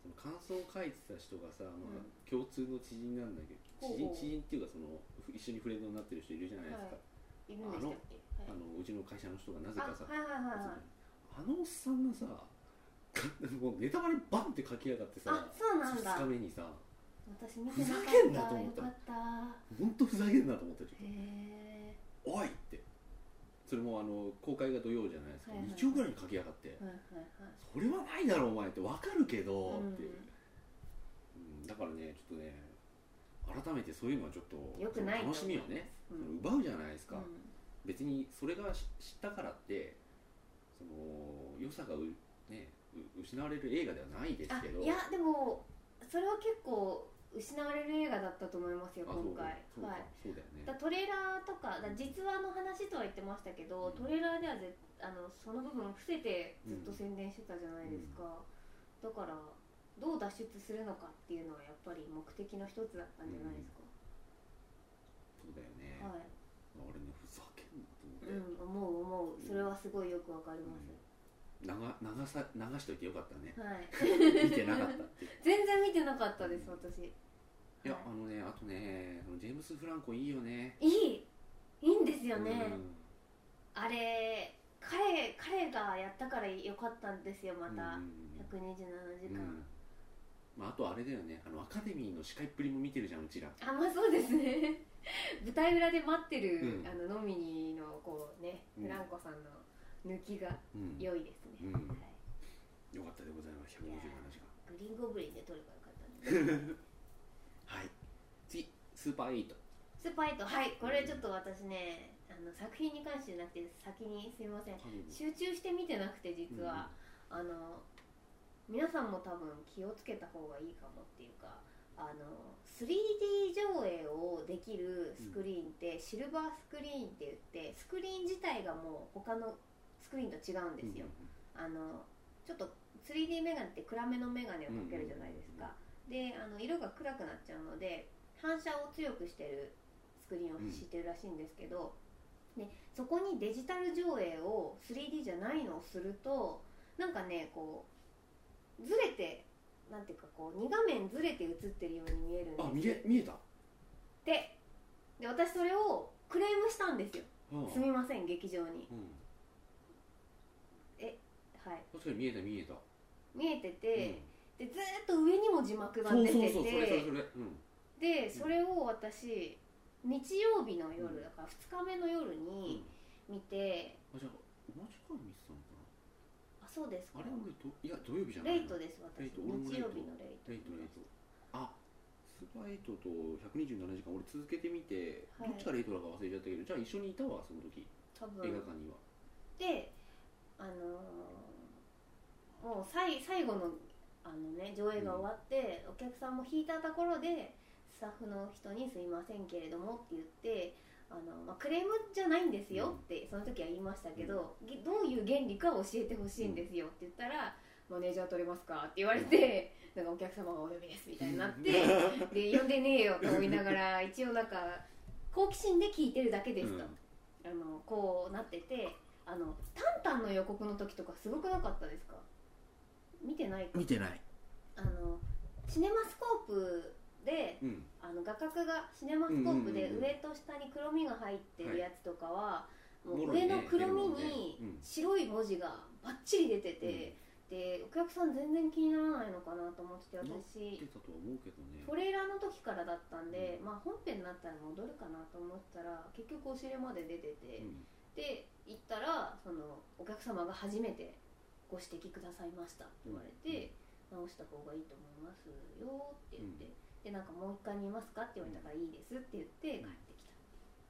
Speaker 1: その感想を書いてた人がさ、まあ
Speaker 2: うん
Speaker 1: 共通の知人なんだけど
Speaker 2: ほう
Speaker 1: 知人
Speaker 2: ほ
Speaker 1: 知人ってい
Speaker 2: う
Speaker 1: うかそのふ一緒にフレンドになってる人いるじゃないですか、
Speaker 2: ん、いるんでし
Speaker 1: あ
Speaker 2: たっけ
Speaker 1: のうちの会社の人がなぜ
Speaker 2: は
Speaker 1: か
Speaker 2: い
Speaker 1: さ
Speaker 2: あはいはいはいはい
Speaker 1: あのおっさんがさかもうネタバレバンって書きやがってさ
Speaker 2: あそうなんだ
Speaker 1: 2日目にさ
Speaker 2: 私見てなか
Speaker 1: ふ
Speaker 2: った
Speaker 1: ざけんなと思った本当
Speaker 2: よかった
Speaker 1: ふざけんなと思ってる
Speaker 2: へえ
Speaker 1: おいってそれもあの公開が土曜じゃないですか、
Speaker 2: はいはい
Speaker 1: 日曜ぐらいに書きやがって、
Speaker 2: はいはい
Speaker 1: それはないだろお前って分かるけど、
Speaker 2: うん
Speaker 1: って、うん、だからねちょっとね改めてそういうのはちょっと
Speaker 2: はいよくないと思
Speaker 1: 楽
Speaker 2: います
Speaker 1: しみをね、
Speaker 2: う
Speaker 1: その
Speaker 2: ん
Speaker 1: 奪うじゃないですか、
Speaker 2: うん
Speaker 1: 別にそれがし知ったからってその良さがう、ね、う失われる映画ではないです
Speaker 2: あ
Speaker 1: けど
Speaker 2: いやでもそれは結構失われる映画だったと思いますよ
Speaker 1: あそう
Speaker 2: 今回
Speaker 1: そうか
Speaker 2: はい
Speaker 1: そうだよね
Speaker 2: だトレーラーとかだ実話の話とは言ってましたけど、
Speaker 1: うん
Speaker 2: トレーラーではぜあのその部分を伏せてずっと宣伝してたじゃないですか、だからどう脱出するのかっていうのはやっぱり目的の一つだったんじゃないですか、
Speaker 1: そうだよね、
Speaker 2: はい、
Speaker 1: 俺ねふざけんなと思って、
Speaker 2: うん、思う思うそれはすごいよくわかります、
Speaker 1: 流流さ流しといてよかった
Speaker 2: [LAUGHS]
Speaker 1: ね
Speaker 2: はい
Speaker 1: 見てなかったっていう
Speaker 2: 全然見てなかったです私
Speaker 1: いや
Speaker 2: は
Speaker 1: あのねあとねあのジェームス・フランコいいよね
Speaker 2: いいいいんですよね、
Speaker 1: うん
Speaker 2: あれ彼彼がやったからよかったんですよまた、
Speaker 1: うん
Speaker 2: 127時
Speaker 1: う
Speaker 2: 間、
Speaker 1: んまあ、あとあれだよねあのアカデミーの司会っぷりも見てるじゃんうちら
Speaker 2: あまあそうですね
Speaker 1: [LAUGHS]
Speaker 2: 舞台裏で待ってる、
Speaker 1: うん
Speaker 2: あの飲みにのこうね
Speaker 1: うん
Speaker 2: フランコさんの抜きが
Speaker 1: うんよ
Speaker 2: 良いですね、
Speaker 1: うん
Speaker 2: はい、
Speaker 1: かったでございます157時間
Speaker 2: グリーンゴブリンで撮ればよかったんですけど
Speaker 1: [LAUGHS] はい次スーパーエイト
Speaker 2: スーパーエイトはいこれちょっと私ねあの作品に関してじゃなくて先にすみません集中して見てなくて実は、あの皆さんも多分気をつけた方がいいかもっていうかあの 3D 上映をできるスクリーンって、シルバースクリーンって言ってスクリーン自体がもう他のスクリーンと違うんですよ、あのちょっと 3D メガネって暗めのメガネをかけるじゃないですか、であの色が暗くなっちゃうので反射を強くしてるスクリーンを敷いてるらしいんですけど、でそこにデジタル上映を 3D じゃないのをするとなんかねこうずれてなんていうかこう2画面ずれて映ってるように見えるんです
Speaker 1: あ見え見えた
Speaker 2: でで私それをクレームしたんですよ
Speaker 1: うん、うん
Speaker 2: すみません劇場にはい
Speaker 1: 確かに見えた見えた、
Speaker 2: 見えてて、でずーっと上にも字幕が
Speaker 1: うん、
Speaker 2: 出
Speaker 1: そうそうそう
Speaker 2: て
Speaker 1: それそれそ
Speaker 2: て
Speaker 1: れ、うん
Speaker 2: でそれを私日曜日の夜だから2日目の夜
Speaker 1: うん、
Speaker 2: に見て、
Speaker 1: あじゃあ同じ回見てたのか
Speaker 2: あそうですか
Speaker 1: なあれ俺どいや土曜日じゃない
Speaker 2: レイト
Speaker 1: で
Speaker 2: です私
Speaker 1: レイト俺もレイ
Speaker 2: 日
Speaker 1: ト
Speaker 2: 曜日のレイト
Speaker 1: レイトレイトあスーパーエイトと127時間俺続けてみて、
Speaker 2: はい
Speaker 1: どっちがレイトだか忘れちゃったけどじゃあ一緒にいたわその時、
Speaker 2: 多
Speaker 1: 映
Speaker 2: 分
Speaker 1: 画館には
Speaker 2: であのーもう最最後のあの、ね、上映が終わって、お客さんも引いたところでスタッフの人に「すいませんけれども」って言って。あのまあ、クレームじゃないんですよって、その時は言いましたけど、ぎどういう原理か教えてほしいんですよって言ったら、マネージャー取れますかって言われて、なんかお客様がお呼びですみたいになって、で呼んでねえよと思いな
Speaker 1: [LAUGHS]
Speaker 2: がら一応なんか好奇心で聞いてるだけですと、あのこうなっててあのタンタンの予告の時とかすごくなかったですか見てないか
Speaker 1: 見てない
Speaker 2: あのシネマスコープで
Speaker 1: うん
Speaker 2: あの画角がシネマスコープ
Speaker 1: うん
Speaker 2: で
Speaker 1: うんうんうん
Speaker 2: 上と下に黒みが入ってるやつとかは、もう
Speaker 1: もろい
Speaker 2: 上
Speaker 1: ね
Speaker 2: の黒み
Speaker 1: 出るもんね
Speaker 2: に
Speaker 1: うん
Speaker 2: 白い文字がバッチリ出てて、でお客さん全然気にならないのかなと思ってて
Speaker 1: 見
Speaker 2: 私
Speaker 1: てたとは思うけどね
Speaker 2: トレーラーの時からだったんで、
Speaker 1: う
Speaker 2: まあ、本編になったら戻るかなと思ったら結局お尻まで出てて、
Speaker 1: うん
Speaker 2: で行ったらそのお客様が初めて「ご指摘くださいました」って言われて、直した方がいいと思いますよ」って言って、
Speaker 1: う
Speaker 2: でなんか「もう一回見ますか?」って言われたから「いいです」って言って帰って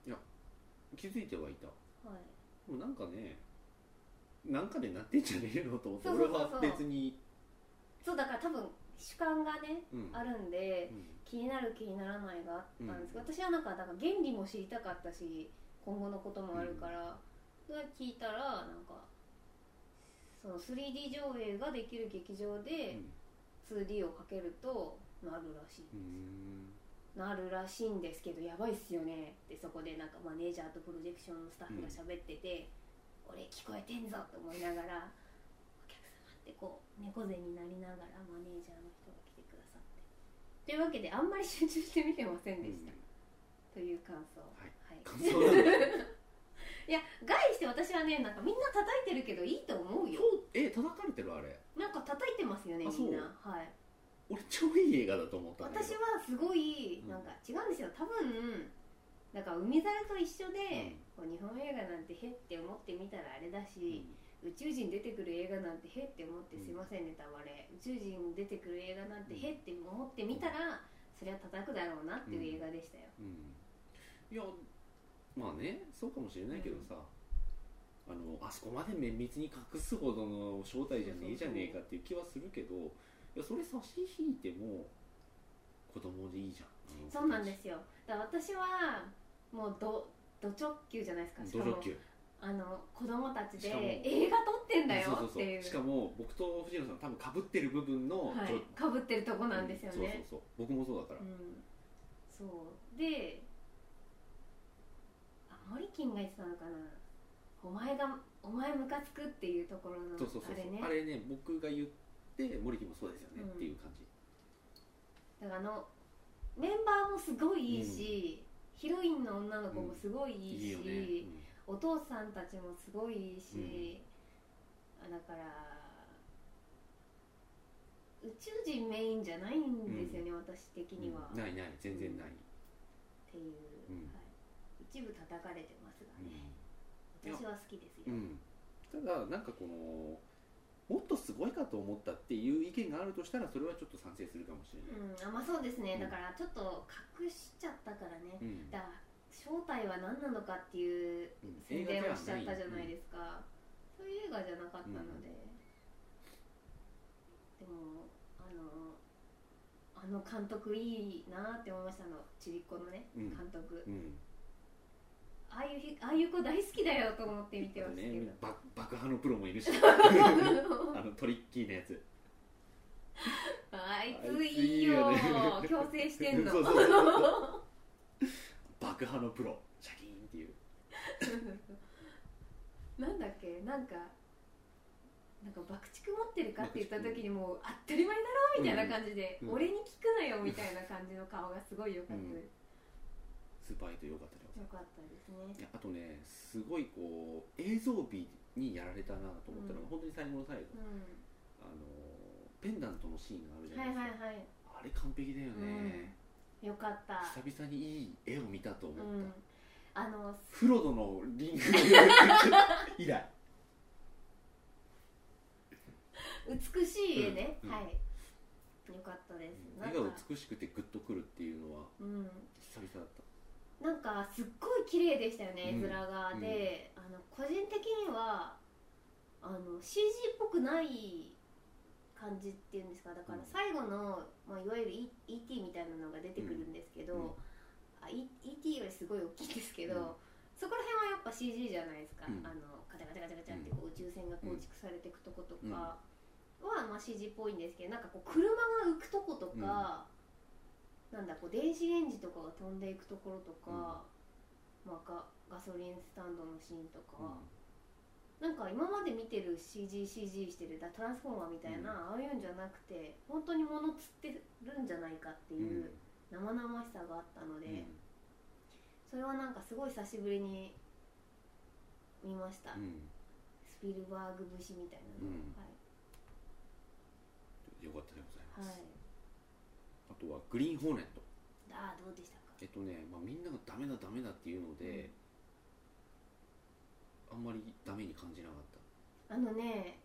Speaker 2: き
Speaker 1: 気づいてはいたで
Speaker 2: た、はい、
Speaker 1: もなんかねなんかでなってんじゃねえのと思って
Speaker 2: そうそうそうそう
Speaker 1: 俺は別に、
Speaker 2: そうだから多分主観がね
Speaker 1: うん
Speaker 2: あるんで
Speaker 1: うん
Speaker 2: 気になる気にならないがあったんですけ
Speaker 1: う
Speaker 2: ど、私はなんかだから原理も知りたかったし今後のこともあるから、で聞いたらなんかその 3D 上映ができる劇場で、
Speaker 1: うん
Speaker 2: 2D をかけるとなるらしい、
Speaker 1: うーん
Speaker 2: なるらしいんですけどやばいっすよねってそこでなんかマネージャーとプロジェクションのスタッフが喋ってて、俺聞こえてんぞと思いながらお客様ってこう猫背になりながらマネージャーの人が来てくださってというわけであんまり集中して見てませんでした、という感想
Speaker 1: はい
Speaker 2: はい、
Speaker 1: 感想なの
Speaker 2: いや概して私はねなんかみんな叩いてるけどいいと思うよ
Speaker 1: そうえ叩かれてるあれ
Speaker 2: なんか叩いてますよ
Speaker 1: あ
Speaker 2: ね
Speaker 1: そう
Speaker 2: みんなはい
Speaker 1: 俺超いい映画だと思ったんだけど
Speaker 2: 私はすごい
Speaker 1: うん
Speaker 2: なんか違うんですよ多分なんか海猿と一緒で、こう日本映画なんてへって思って見たらあれだし、宇宙人出てくる映画なんてへって思って、
Speaker 1: うん
Speaker 2: すいませんネタバレ宇宙人出てくる映画なんてへって思って見たら、そりゃ叩くだろうなっていう映画でしたよ、
Speaker 1: うん、うん、いやまあねそうかもしれないけどさ、あのあそこまで綿密に隠すほどの正体じゃねえじゃねえかっていう気はするけどいやそれ差し引いても子供でいいじゃん
Speaker 2: そうなんですすよだから私はもうどド直球じゃないですかし
Speaker 1: ド
Speaker 2: かも
Speaker 1: 直球
Speaker 2: あの子供たちで
Speaker 1: しかも
Speaker 2: 映画撮ってんだよ
Speaker 1: そうそう
Speaker 2: っ
Speaker 1: そ
Speaker 2: て
Speaker 1: う
Speaker 2: いう
Speaker 1: しかも僕と藤野さん多分かぶってる部分の、
Speaker 2: は
Speaker 1: ちょ
Speaker 2: い、かぶってるとこなんですよね、
Speaker 1: そうそうそう僕もそうだから、
Speaker 2: うん、そうであ森金が言ってたのかなお前がお前ムカつくっていうところの
Speaker 1: そうそうそうそう
Speaker 2: あれね
Speaker 1: あれね僕が言って森木もそうですよね、
Speaker 2: うん
Speaker 1: っていう感じ
Speaker 2: だからあのメンバーもすごいいいし、ヒロインの女の子もすごいいいし、
Speaker 1: いいよね、うん
Speaker 2: お父さんたちもすごいいいし、あだから宇宙人メインじゃないんですよね、私的には、っ
Speaker 1: ないない全然ない、
Speaker 2: ていう、
Speaker 1: うん
Speaker 2: はい、一部叩かれてますがね、
Speaker 1: うん
Speaker 2: 私は好きです
Speaker 1: う
Speaker 2: よ、
Speaker 1: ん、ただなんかこのもっとすごいかと思ったっていう意見があるとしたらそれはちょっと賛成するかもしれない、
Speaker 2: うんあまあそうです
Speaker 1: うん
Speaker 2: ね、だからちょっと隠しちゃったからね、
Speaker 1: うん
Speaker 2: だから正体は何なのかっていう
Speaker 1: うん
Speaker 2: 宣伝をしちゃったじゃない
Speaker 1: で
Speaker 2: ですか、そういう映画じゃなかったので、でもあのあの監督いいなって思いましたあのちびっ子のね、
Speaker 1: うん
Speaker 2: 監督
Speaker 1: す、うん
Speaker 2: ああいうひああいう子大好きだよと思って見てま
Speaker 1: あと
Speaker 2: したけ
Speaker 1: ね
Speaker 2: ど、
Speaker 1: ば爆破のプロもい [LAUGHS] るしあのトリッキーなやつ
Speaker 2: [LAUGHS] あい
Speaker 1: あ
Speaker 2: つ
Speaker 1: いつい
Speaker 2: い
Speaker 1: い
Speaker 2: い
Speaker 1: よ
Speaker 2: よ
Speaker 1: ね
Speaker 2: 強制してん
Speaker 1: [LAUGHS]
Speaker 2: の
Speaker 1: そうそうそう爆破のプロシャキーンっていう
Speaker 2: なんだっけなんかなんか爆竹持ってるかって言った時にもう当たり前だろみたいな感じで、
Speaker 1: うん
Speaker 2: 俺に聞くなよみたいな感じの顔がすごい良かったです、
Speaker 1: スーパーエイト良かったで
Speaker 2: 良かったですね
Speaker 1: いやあとねすごいこう映像美にやられたなと思ったのが、
Speaker 2: うん
Speaker 1: 本当に最後の最後
Speaker 2: う
Speaker 1: あのペンダントのシーンがあるじ
Speaker 2: ん
Speaker 1: ゃ
Speaker 2: は
Speaker 1: ないで
Speaker 2: いは
Speaker 1: すか、
Speaker 2: いはい
Speaker 1: あれ完璧だよね、
Speaker 2: よかった
Speaker 1: 久々にいい絵を見たと思
Speaker 2: う
Speaker 1: った、
Speaker 2: んあの
Speaker 1: フロドのリング以
Speaker 2: [LAUGHS]
Speaker 1: 来
Speaker 2: 美しい絵ね、
Speaker 1: うんうん
Speaker 2: はいよかったです、なん
Speaker 1: 絵
Speaker 2: か
Speaker 1: が美しくてグッとくるっていうのは
Speaker 2: うん
Speaker 1: 久々だった
Speaker 2: なんかすっごい綺麗でしたよね、
Speaker 1: うん
Speaker 2: 絵面がで、あの個人的にはあの CG っぽくない感じっていうんですかだか
Speaker 1: うん
Speaker 2: ら最後の、まあ、いわゆる E- ET みたいなのが出てくるんですけ
Speaker 1: うんうん
Speaker 2: ど、あ E- ET よりすごい大きいんですけど、
Speaker 1: うん
Speaker 2: そこら辺はやっぱ CG じゃないですか、
Speaker 1: うん
Speaker 2: あのガチャガチャガチャガチャってこう宇宙船が構築されていくとことかは、まあ、CG っぽいんですけどなんかこう車が浮くとことか、なんだこう電子レンジとかが飛んでいくところとか、まあ、ガガソリンスタンドのシーンとか、なんか今まで見てる CGCG してるだトランスフォーマーみたいな、ああいうんじゃなくて本当に物つってるんじゃないかって
Speaker 1: うんうん
Speaker 2: いう生々しさがあったので、それはなんかすごい久しぶりに見ました、
Speaker 1: うん
Speaker 2: スピルバーグ節みたいなの、
Speaker 1: うん
Speaker 2: はい、
Speaker 1: よかったでございま
Speaker 2: は
Speaker 1: す、
Speaker 2: い、
Speaker 1: あとはグリーンホーネット
Speaker 2: ああどうでしたか
Speaker 1: えっとね、まあ、みんながダメだダメだっていうので、あんまりダメに感じなかった
Speaker 2: あのね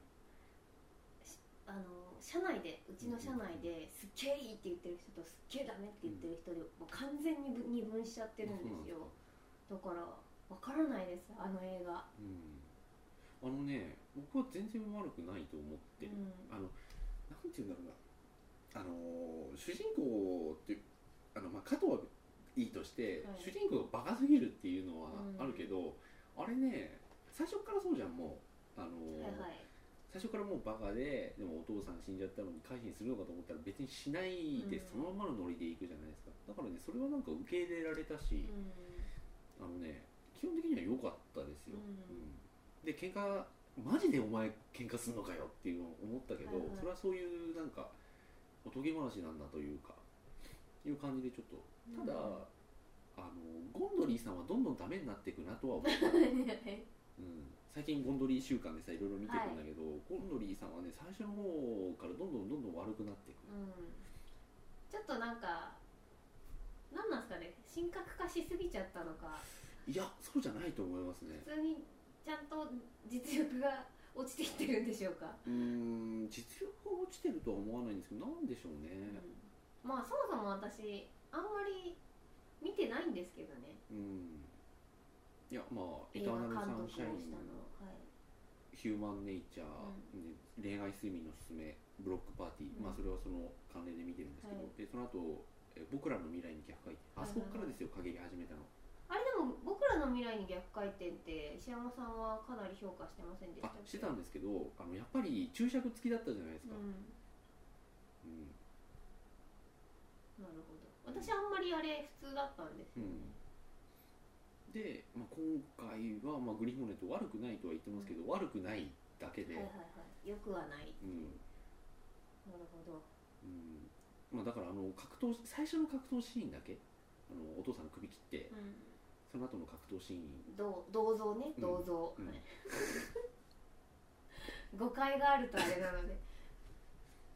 Speaker 2: しあの社内でうちの社内ですっげえいいって言ってる人とすっげえダメって言ってる人でもう完全に分二分しちゃってるんですよだからわからないですあの映画、
Speaker 1: うん、あのね僕は全然悪くないと思って
Speaker 2: う
Speaker 1: る、
Speaker 2: ん
Speaker 1: あのなんて言うんだろうなあのー主人公ってあの、まあ、加藤はいいとして、
Speaker 2: はい
Speaker 1: 主人公がバカすぎるっていうのは
Speaker 2: うん
Speaker 1: あるけど、あれね最初からそうじゃんもう、あのー
Speaker 2: はいはい
Speaker 1: 最初からもうバカででもお父さん死んじゃったのに回避するのかと思ったら別にしないで、そ
Speaker 2: うん
Speaker 1: のままのノリでいくじゃないですかだからねそれはなんか受け入れられたし、
Speaker 2: う
Speaker 1: あのね基本的には良かったですよ、
Speaker 2: ん
Speaker 1: うんで喧嘩マジでお前喧嘩すんのかよっていうのを思ったけど、
Speaker 2: はいはい
Speaker 1: それはそういうなんかおとぎ話なんだというかいう感じでちょっとただ、
Speaker 2: うん
Speaker 1: あのゴンドリーさんはどんどんダメになっていくなとは思ったうん、最近ゴンドリー週間でさいろいろ見てるんだけど、ゴンドリーさんはね最初の方からどんどんどんどん悪くなっていく、
Speaker 2: うんちょっとなんかなんなんですかね神格化しすぎちゃったのか
Speaker 1: いやそうじゃないと思いますね
Speaker 2: 普通にちゃんと実力が落ちてきてるんでしょうか
Speaker 1: うーん実力が落ちてるとは思わないんですけどなんでしょうね
Speaker 2: まあそもそも私あんまり見てないんですけどね
Speaker 1: うんいやまあエ
Speaker 2: 映
Speaker 1: タ
Speaker 2: 画
Speaker 1: ーナ
Speaker 2: 監
Speaker 1: ルサンシ
Speaker 2: 督をした
Speaker 1: ャイ
Speaker 2: の
Speaker 1: ン
Speaker 2: はい
Speaker 1: ヒューマンネイチャー、ね恋愛睡眠のすすめブロックパーティー、
Speaker 2: うん
Speaker 1: まあそれはその関連で見てるんですけど、
Speaker 2: はい
Speaker 1: でその後え僕らの未来に逆回転あそこからですよ陰り始めたの
Speaker 2: あれでも僕らの未来に逆回転って石山さんはかなり評価してませんでし
Speaker 1: あ
Speaker 2: たっけ
Speaker 1: してたんですけどあのやっぱり注釈付きだったじゃないですか、
Speaker 2: うん
Speaker 1: うん
Speaker 2: なるほど私あんまりあれ普通だったんですよね、
Speaker 1: で、まあ、今回は、まあ、グリーンホーネット悪くないとは言ってますけど、悪くないだけで、
Speaker 2: はいはいはいよくはない
Speaker 1: うん
Speaker 2: なるほど
Speaker 1: うんまあ、だからあの格闘最初の格闘シーンだけあのお父さんの首切って
Speaker 2: うん
Speaker 1: その後の格闘シーン
Speaker 2: どう銅像ね
Speaker 1: うん
Speaker 2: 銅像、 [LAUGHS]
Speaker 1: うん
Speaker 2: はい誤解があるとあれなので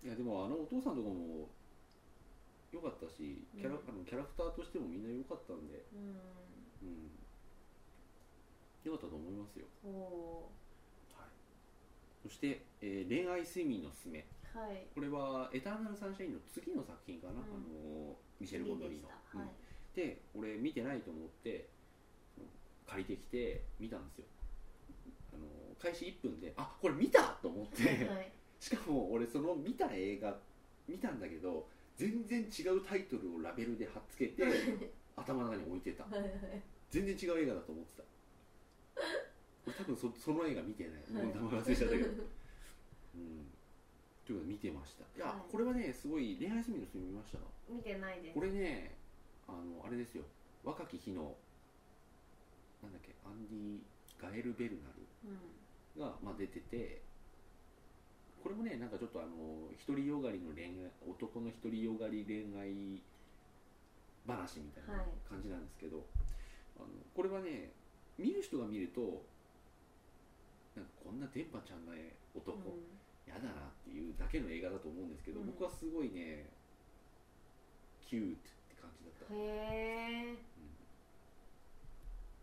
Speaker 1: いやでもあのお父さんとかも良かったしキャラ、
Speaker 2: うん
Speaker 1: あのキャラクターとしてもみんな良かったんで、
Speaker 2: うん
Speaker 1: うん、良かったと思いますよ、
Speaker 2: ほ
Speaker 1: はい、そして、えー恋愛睡眠のすすめ」
Speaker 2: うはい
Speaker 1: これは「エターナルサンシャイン」の次の作品かな、
Speaker 2: うん
Speaker 1: あのーミシェル・ゴンドリー
Speaker 2: でし
Speaker 1: の
Speaker 2: た、
Speaker 1: うん
Speaker 2: はい
Speaker 1: で俺見てないと思って借りてきて見たんですよあの開始1分であこれ見たと思って
Speaker 2: はい
Speaker 1: しかも俺その見た映画見たんだけど全然違うタイトルをラベルで貼っつけて頭の中に置いてた
Speaker 2: はいはい
Speaker 1: 全然違う映画だと思ってた俺多分そその映画見てない
Speaker 2: はい
Speaker 1: もう名前忘れちゃったけどうんということで見てましたいや、
Speaker 2: はい
Speaker 1: これはねすごい恋愛趣味の人見ました
Speaker 2: 見てないです
Speaker 1: これねあのあれですよ若き日のなんだっけアンディ・ガエル・ベルナ
Speaker 2: うん
Speaker 1: ルが、まあ、出ててこれもねなんかちょっとあの独りよがりの恋愛男の独りよがり恋愛話みたいな
Speaker 2: はい
Speaker 1: 感じなんですけど、あのこれはね見る人が見るとなんかこんな電波ちゃんな男、
Speaker 2: うん
Speaker 1: やだなっていうだけの映画だと思うんですけど、
Speaker 2: うん
Speaker 1: 僕はすごいねキュートって感じだった
Speaker 2: へえ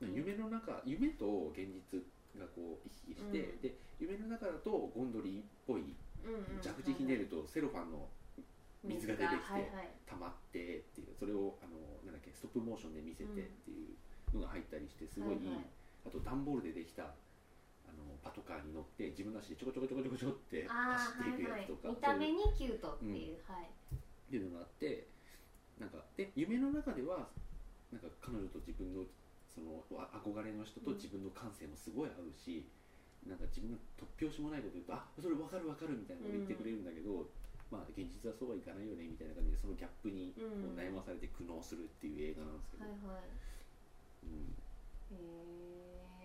Speaker 2: うん
Speaker 1: 夢の中夢と現実がこう行き来して、
Speaker 2: うん
Speaker 1: で夢の中だとゴンドリーっぽい
Speaker 2: うんうん
Speaker 1: 蛇口ひねるとセロファンの水が出てきて
Speaker 2: はいはい
Speaker 1: 溜まってっていうそれをあのなんだっけストップモーションで見せてっていうのが入ったりしてすごいいい、
Speaker 2: はいはい
Speaker 1: あと段ボールでできたあのパトカーに乗って自分の足でちょこちょこちょこちょこちょこって
Speaker 2: あ
Speaker 1: 走っ
Speaker 2: ー
Speaker 1: ていく
Speaker 2: は
Speaker 1: やつ
Speaker 2: い
Speaker 1: とか、
Speaker 2: はい、見た
Speaker 1: そういうっていう
Speaker 2: 目にキュートっていう、はい
Speaker 1: のがあってなんかで夢の中ではなんか彼女と自分のそのわ憧れの人と
Speaker 2: うん
Speaker 1: 自分の感性もすごい合うし、なんか自分の突拍子もないこと言うと「あそれ分かる分かる」みたいなこと言ってくれるんだけど、まあ現実はそうはいかないよねみたいな感じでそのギャップに
Speaker 2: うん
Speaker 1: こう悩まされて苦悩するっていう映画なんですけど、
Speaker 2: はいはい
Speaker 1: うん
Speaker 2: へ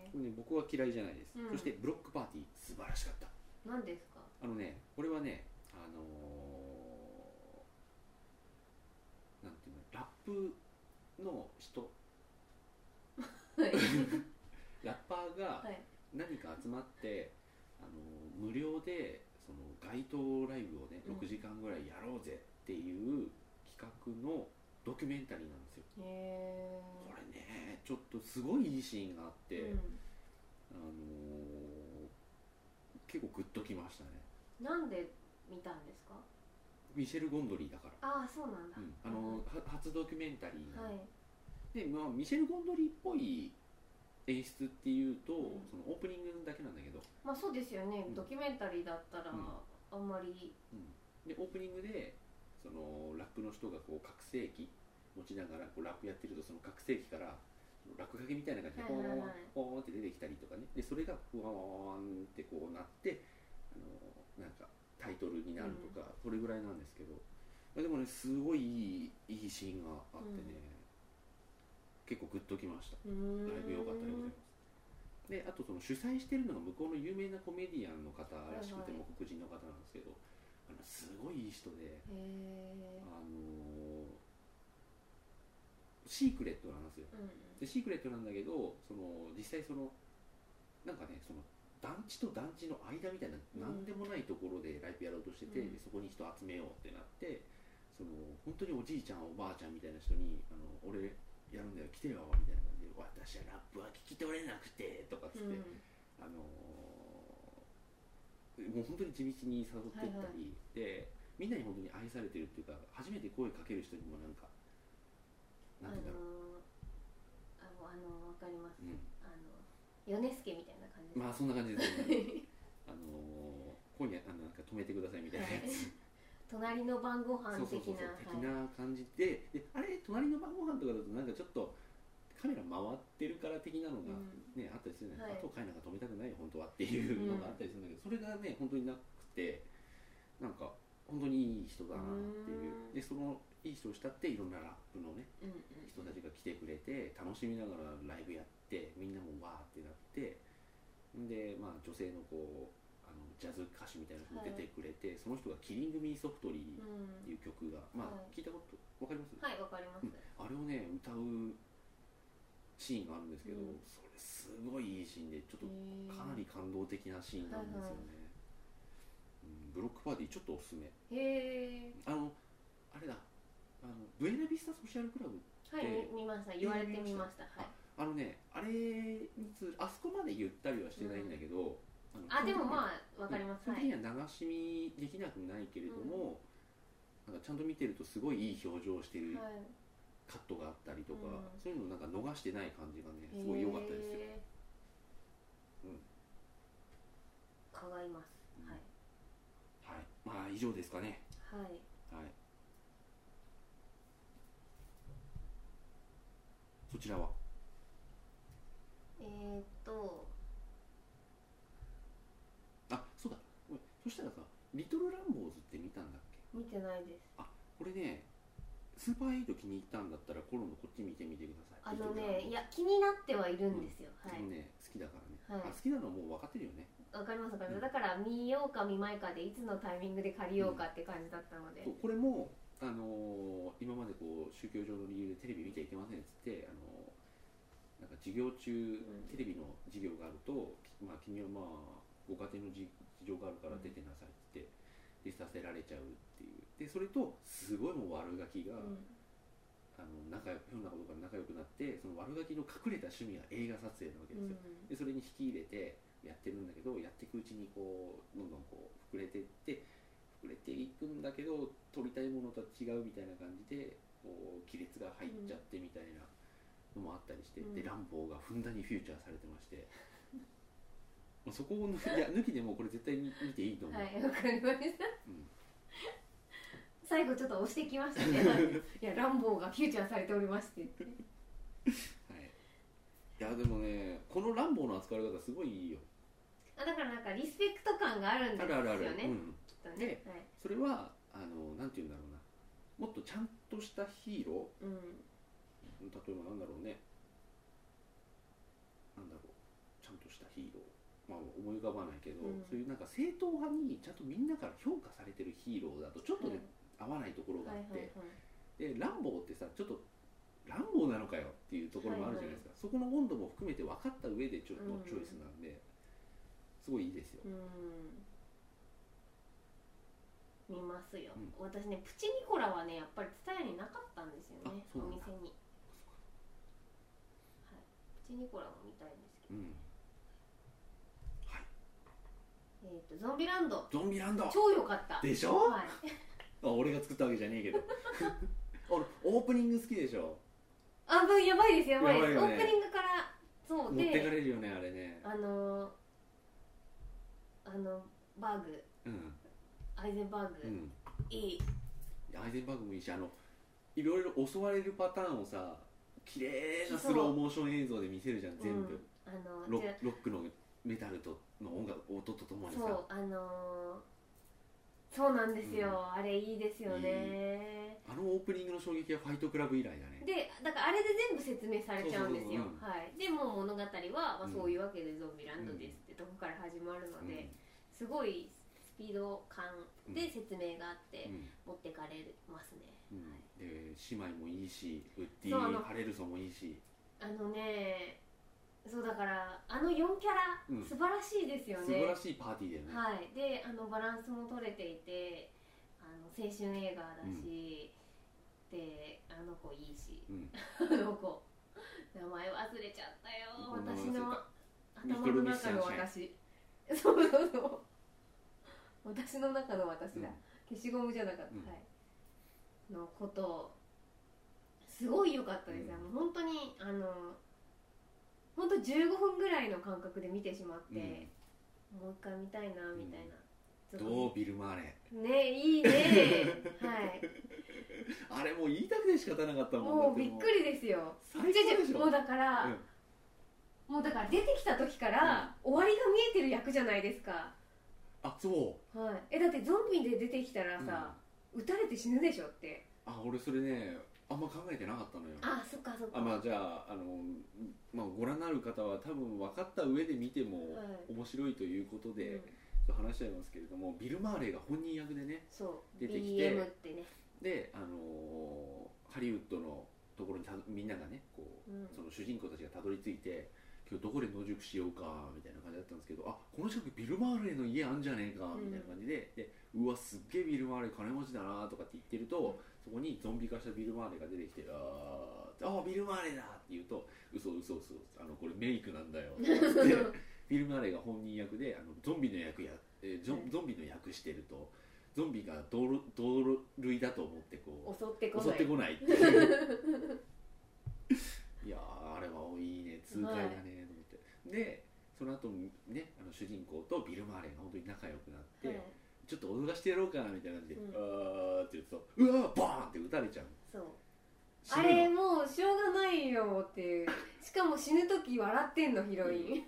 Speaker 1: これね、僕は嫌いじゃないです、
Speaker 2: うん
Speaker 1: そしてブロックパーティー素晴らしかった
Speaker 2: え何です
Speaker 1: あ
Speaker 2: か
Speaker 1: のね、これはね、あのーなんていうの、ラップの人、
Speaker 2: はい
Speaker 1: ラッパーが
Speaker 2: はい
Speaker 1: 何か集まって、あのー無料でその街頭ライブをね、
Speaker 2: うん
Speaker 1: 6時間ぐらいやろうぜっていう企画のドキュメンタリーなんですよ。
Speaker 2: へえ
Speaker 1: これね、ちょっとすごいいいシーンがあって、
Speaker 2: うん
Speaker 1: あのー結構グッときましたね。
Speaker 2: なんで見たんですか
Speaker 1: ミシェル・ゴンドリーだから。
Speaker 2: ああそうなんだ、
Speaker 1: うん、あのは初ドキュメンタリーな
Speaker 2: は
Speaker 1: ん
Speaker 2: い
Speaker 1: で、まあ、ミシェル・ゴンドリーっぽい演出っていうと、
Speaker 2: うん
Speaker 1: そのオープニングだけなんだけど、
Speaker 2: まあそうですよね、
Speaker 1: うん
Speaker 2: ドキュメンタリーだったら、
Speaker 1: うん
Speaker 2: あんまり
Speaker 1: でオープニングでそのラップの人がこう覚醒器持ちながらこうラップやってるとその覚醒器からその落書きみたいな感じで
Speaker 2: は
Speaker 1: ポーン、ポ
Speaker 2: いはいはい
Speaker 1: ーンって出てきたりとかねでそれがふわわーんってこうなってあのなんかタイトルになるとか、それぐらいなんですけど、まあ、でもねすごいいいいいシーンがあってね、結構グッときました。
Speaker 2: うーん
Speaker 1: だいぶ良かったでございます。で、あとその主催してるのが向こうの有名なコメディアンの方らしくて、
Speaker 2: はいは
Speaker 1: もう
Speaker 2: い
Speaker 1: 黒人の方なんですけど、あのすごいいい人で、
Speaker 2: へえ
Speaker 1: あのーシークレットなんですよ。
Speaker 2: うん
Speaker 1: で、シークレットなんだけど、その実際そのなんかね、その団地と団地の間みたいな、
Speaker 2: ん
Speaker 1: なんでもないところでライブやろうとしてて、
Speaker 2: うん
Speaker 1: でそこに人集めようってなって、その本当におじいちゃん、おばあちゃんみたいな人に、あの俺、やるんだよ、来てよみたいな感じで、私はラップは聞き取れなくてとかっつって、
Speaker 2: うん
Speaker 1: あのーもう本当に地道に誘っていったり、
Speaker 2: はいは
Speaker 1: でみんなに本当に愛されてるっていうか、初めて声かける人にもなんか、
Speaker 2: あ
Speaker 1: なんて言
Speaker 2: の
Speaker 1: うんだろう、
Speaker 2: あのあのわかります
Speaker 1: うん、
Speaker 2: あのヨネスケみたいな感じです、
Speaker 1: まあそんな感じですね。あのー、今夜あのなんか止めてくださいみたいなやつ、
Speaker 2: 隣の晩ご飯
Speaker 1: そうそう
Speaker 2: 的
Speaker 1: そうそう的な
Speaker 2: な
Speaker 1: 感じでであれ隣の晩ご飯とかだとなんかちょっとカメラ回ってるから的なのが、ねあったりするね、
Speaker 2: はい
Speaker 1: 後を買いなんか止めたくないよ本当はっていうのがあったりするんだけど、それがね本当になくてなんか本当にいい人だなっていう
Speaker 2: うん
Speaker 1: でそのいい人を慕っていろんなラップのね
Speaker 2: うんうん
Speaker 1: 人たちが来てくれて楽しみながらライブやってみんなもわーってなってで、まあ、女性のこうあのジャズ歌手みたいな人も出てくれて、その人が「キリング・ミー・ソフトリー」っ
Speaker 2: うん
Speaker 1: ていう
Speaker 2: う
Speaker 1: 曲が、ま
Speaker 2: は
Speaker 1: あ、聞いたことわかります、
Speaker 2: んはいわかります、
Speaker 1: うんあれをね歌うシーンがあるんですけど、
Speaker 2: うん
Speaker 1: それすごいいいシーンでちょっと
Speaker 2: へー
Speaker 1: かなり感動的なシーンなんですよね、うんブロックパーティーちょっとおすすめ
Speaker 2: へえ
Speaker 1: あのあれだあのブエナビスタソーシャルクラブ
Speaker 2: はい
Speaker 1: で
Speaker 2: み見ました言われてみましたはい
Speaker 1: あのねあれにつあそこまでゆったりはしてないんだけど、
Speaker 2: あでも
Speaker 1: あ
Speaker 2: まあわかります
Speaker 1: 基本
Speaker 2: は
Speaker 1: 的に
Speaker 2: い
Speaker 1: は流し見できなくないけれども、なんかちゃんと見てるとすごいいい表情をしてる
Speaker 2: はい
Speaker 1: カットがあったりとか、
Speaker 2: うん
Speaker 1: そういうのをなんか逃してない感じがねすごい良かったですよ、
Speaker 2: へー
Speaker 1: うん
Speaker 2: 伺います
Speaker 1: うん
Speaker 2: はい
Speaker 1: はいまあ以上ですかね
Speaker 2: はい
Speaker 1: はいそちらは
Speaker 2: えーっと
Speaker 1: あそうだごめんそしたらさ「リトル・ランボーズ」って見たんだっけ
Speaker 2: 見てないです
Speaker 1: これねスーパーエイト気に入ったんだったらコロのこっち見てみてくださ
Speaker 2: あ
Speaker 1: い
Speaker 2: のねい
Speaker 1: や、
Speaker 2: や気になってはいるんですよは
Speaker 1: で
Speaker 2: い
Speaker 1: もね好きだからね、
Speaker 2: はい
Speaker 1: あ好きなのはもう分かってるよね
Speaker 2: わかりますわかり
Speaker 1: う
Speaker 2: ま
Speaker 1: ん
Speaker 2: すだから見ようか見まいかでいつのタイミングで借りようかって感じだったので
Speaker 1: そうこれも、あのー今までこう宗教上の理由でテレビ見ちゃいけませんっつって、あのーなんか授業中、
Speaker 2: ん
Speaker 1: テレビの授業があると、きまあ、君はまあご家庭のじ事情があるから出てなさいって言ってでさせられちゃうっていうでそれとすごいもう悪ガキが、
Speaker 2: うん
Speaker 1: あの仲良くひょんなことから仲良くなってその悪ガキの隠れた趣味が映画撮影なわけですよ。でそれに引き入れてやってるんだけどやっていくうちにこうどんどんこう膨れていって膨れていくんだけど撮りたいものとは違うみたいな感じでこう亀裂が入っちゃってみたいなのもあったりして、
Speaker 2: うん
Speaker 1: で乱暴がふんだんにフューチャーされてまして、まあそこを抜きいや抜きでもうこれ絶対見見ていいと
Speaker 2: う
Speaker 1: 思
Speaker 2: ん
Speaker 1: う、
Speaker 2: はいわかりました
Speaker 1: うん
Speaker 2: 最後ちょっと押してきました
Speaker 1: [LAUGHS]
Speaker 2: ねいやランボーがフューチャーされておりましてって
Speaker 1: はい、いやでもねこの乱暴の扱われ方すごいいいよ
Speaker 2: あだからなんかリスペクト感があるんで
Speaker 1: あ
Speaker 2: す
Speaker 1: る
Speaker 2: よ
Speaker 1: あるある、う
Speaker 2: ね
Speaker 1: ん、
Speaker 2: きっとねはい
Speaker 1: それはあのなんて言うんだろうなもっとちゃんとしたヒーロー
Speaker 2: うん
Speaker 1: 例えばなんだろうねなんだろうちゃんとしたヒーローまあ思い浮かばないけど、
Speaker 2: うん
Speaker 1: そういうなんか正統派にちゃんとみんなから評価されてるヒーローだとちょっとね、合わないところが
Speaker 2: は
Speaker 1: あっ
Speaker 2: いはいはい
Speaker 1: て、でランボーってさちょっとランボーなのかよっていうところもあるじゃないですか、そこの温度も含めて分かった上でちょっ
Speaker 2: うん
Speaker 1: とチョイスなんで、すごいいいですよ、
Speaker 2: うん見ますよ、
Speaker 1: うん
Speaker 2: 私ねプチニコラはねやっぱり蔦屋になかったんですよね
Speaker 1: あ
Speaker 2: お
Speaker 1: そうなんだ
Speaker 2: 店にはいプチニコラも見たいんですけ
Speaker 1: う
Speaker 2: ど、
Speaker 1: んはい
Speaker 2: えー、とゾンビランド
Speaker 1: ゾンビランド
Speaker 2: 超良かった
Speaker 1: でしょ
Speaker 2: はい、
Speaker 1: あ俺が作ったわけじゃねえけ
Speaker 2: [LAUGHS]
Speaker 1: ど俺オープニング好きでしょ
Speaker 2: あもうやばいですやばいです
Speaker 1: やばいよね
Speaker 2: オープニングからそう
Speaker 1: 持ってか
Speaker 2: で
Speaker 1: れるよねあれね
Speaker 2: あのーあのバーグ
Speaker 1: うん
Speaker 2: アイゼンバーグ、
Speaker 1: うん
Speaker 2: いい
Speaker 1: アイゼンバーグもいいしあのいろいろ襲われるパターンをさ綺麗なスローモーション映像で見せるじゃん全
Speaker 2: う
Speaker 1: 部
Speaker 2: ん、あの
Speaker 1: ロ
Speaker 2: じゃあ
Speaker 1: ロックのメタルとの音楽音とともにさ
Speaker 2: そうあのーそうなんですよ、あれいいですよね
Speaker 1: あのオープニングの衝撃はファイトクラブ以来だね
Speaker 2: でだからあれで全部説明されちゃうんですよ
Speaker 1: そうそうそう
Speaker 2: はいでもう物語は、まあ
Speaker 1: うん、
Speaker 2: そういうわけでゾンビランドですってとこから始まるの
Speaker 1: うん
Speaker 2: で、すごいスピード感で説明があって、
Speaker 1: うん
Speaker 2: 持ってかれますね、
Speaker 1: うん
Speaker 2: はい
Speaker 1: で姉妹もいいしウッデ
Speaker 2: そうあの
Speaker 1: ィ・ハレルソンもいいし
Speaker 2: あのねそうだからあの4キャラ、
Speaker 1: うん
Speaker 2: 素晴らしいですよ
Speaker 1: 素晴
Speaker 2: ね
Speaker 1: らしいパーティーだよね、
Speaker 2: はい、であのバランスも取れていてあの青春映画だし、であの子いいし [LAUGHS]
Speaker 1: うん、
Speaker 2: あの子名前忘れちゃったよ
Speaker 1: 名前忘れた
Speaker 2: 私の
Speaker 1: ミ
Speaker 2: 頭
Speaker 1: ステル
Speaker 2: の
Speaker 1: ミスシ
Speaker 2: 中
Speaker 1: ャン
Speaker 2: の私そうそうそう私の中の私だ、消しゴムじゃなかった、
Speaker 1: うん
Speaker 2: はい、のことすごい良かったです、
Speaker 1: うん
Speaker 2: あの本当にあの本当15分ぐらいの感覚で見てしまって、
Speaker 1: うん
Speaker 2: もう一回見たいなみたいな、
Speaker 1: うん、どうビル・マーレー
Speaker 2: ねい
Speaker 1: [LAUGHS]
Speaker 2: いねはい
Speaker 1: あれもう言いたくて仕方なかったもん
Speaker 2: もうびっく
Speaker 1: り
Speaker 2: りですよ
Speaker 1: 最高でし
Speaker 2: じゃ
Speaker 1: ょ
Speaker 2: じゃもうだから、
Speaker 1: うん
Speaker 2: もうだから出てきた時から、終わりが見えてる役じゃないですか
Speaker 1: あそ
Speaker 2: はいえだってゾンビで出てきたら
Speaker 1: う、
Speaker 2: さ、撃たれて死ぬでしょって
Speaker 1: うんあ俺それねあんま考えてなかったのよ
Speaker 2: あそっかそっか
Speaker 1: あまあじゃああの、まあ、ご覧になる方は多分分かった上で見ても
Speaker 2: はい
Speaker 1: 面白いということで、
Speaker 2: うん
Speaker 1: ちょっと話しちゃいますけれどもビル・マーレーが本人役でね
Speaker 2: そう
Speaker 1: 出てきて
Speaker 2: BM ってね、
Speaker 1: で、あのーハリウッドのところにたどみんながねこう、
Speaker 2: うん
Speaker 1: その主人公たちがたどり着いて今日どこで野宿しようかみたいな感じだったんですけどあこの近くビル・マーレーの家あんじゃねえかみたいな感じで,、うでうわすっげえビル・マーレー金持ちだなとかって言ってるとそこにゾンビ化したビル・マーレーが出てきてあーあビル・マーレーだって言うと嘘嘘嘘あのこれメイクなんだ
Speaker 2: [LAUGHS]
Speaker 1: よって言ってビル・マーレーが本人役であのゾンビの役や、えーゾン
Speaker 2: うん
Speaker 1: ゾンビの役してるとゾンビが道路道路類だと思ってこう
Speaker 2: 襲ってこ
Speaker 1: 襲
Speaker 2: な
Speaker 1: っ
Speaker 2: い
Speaker 1: てこないって
Speaker 2: [LAUGHS]
Speaker 1: いういやーあれはいいね痛快だねと思って、でその後ねあの主人公とビル・マーレンが本当に仲良くなって、
Speaker 2: はい、
Speaker 1: ちょっと踊らしてやろうかなみたいな感じで、
Speaker 2: うん
Speaker 1: あーって言うとうわーバーンって撃たれちゃう
Speaker 2: そう
Speaker 1: 死ぬ
Speaker 2: あ
Speaker 1: の
Speaker 2: れもうしょうがないよっていうしかも死ぬ時笑ってんのヒロイン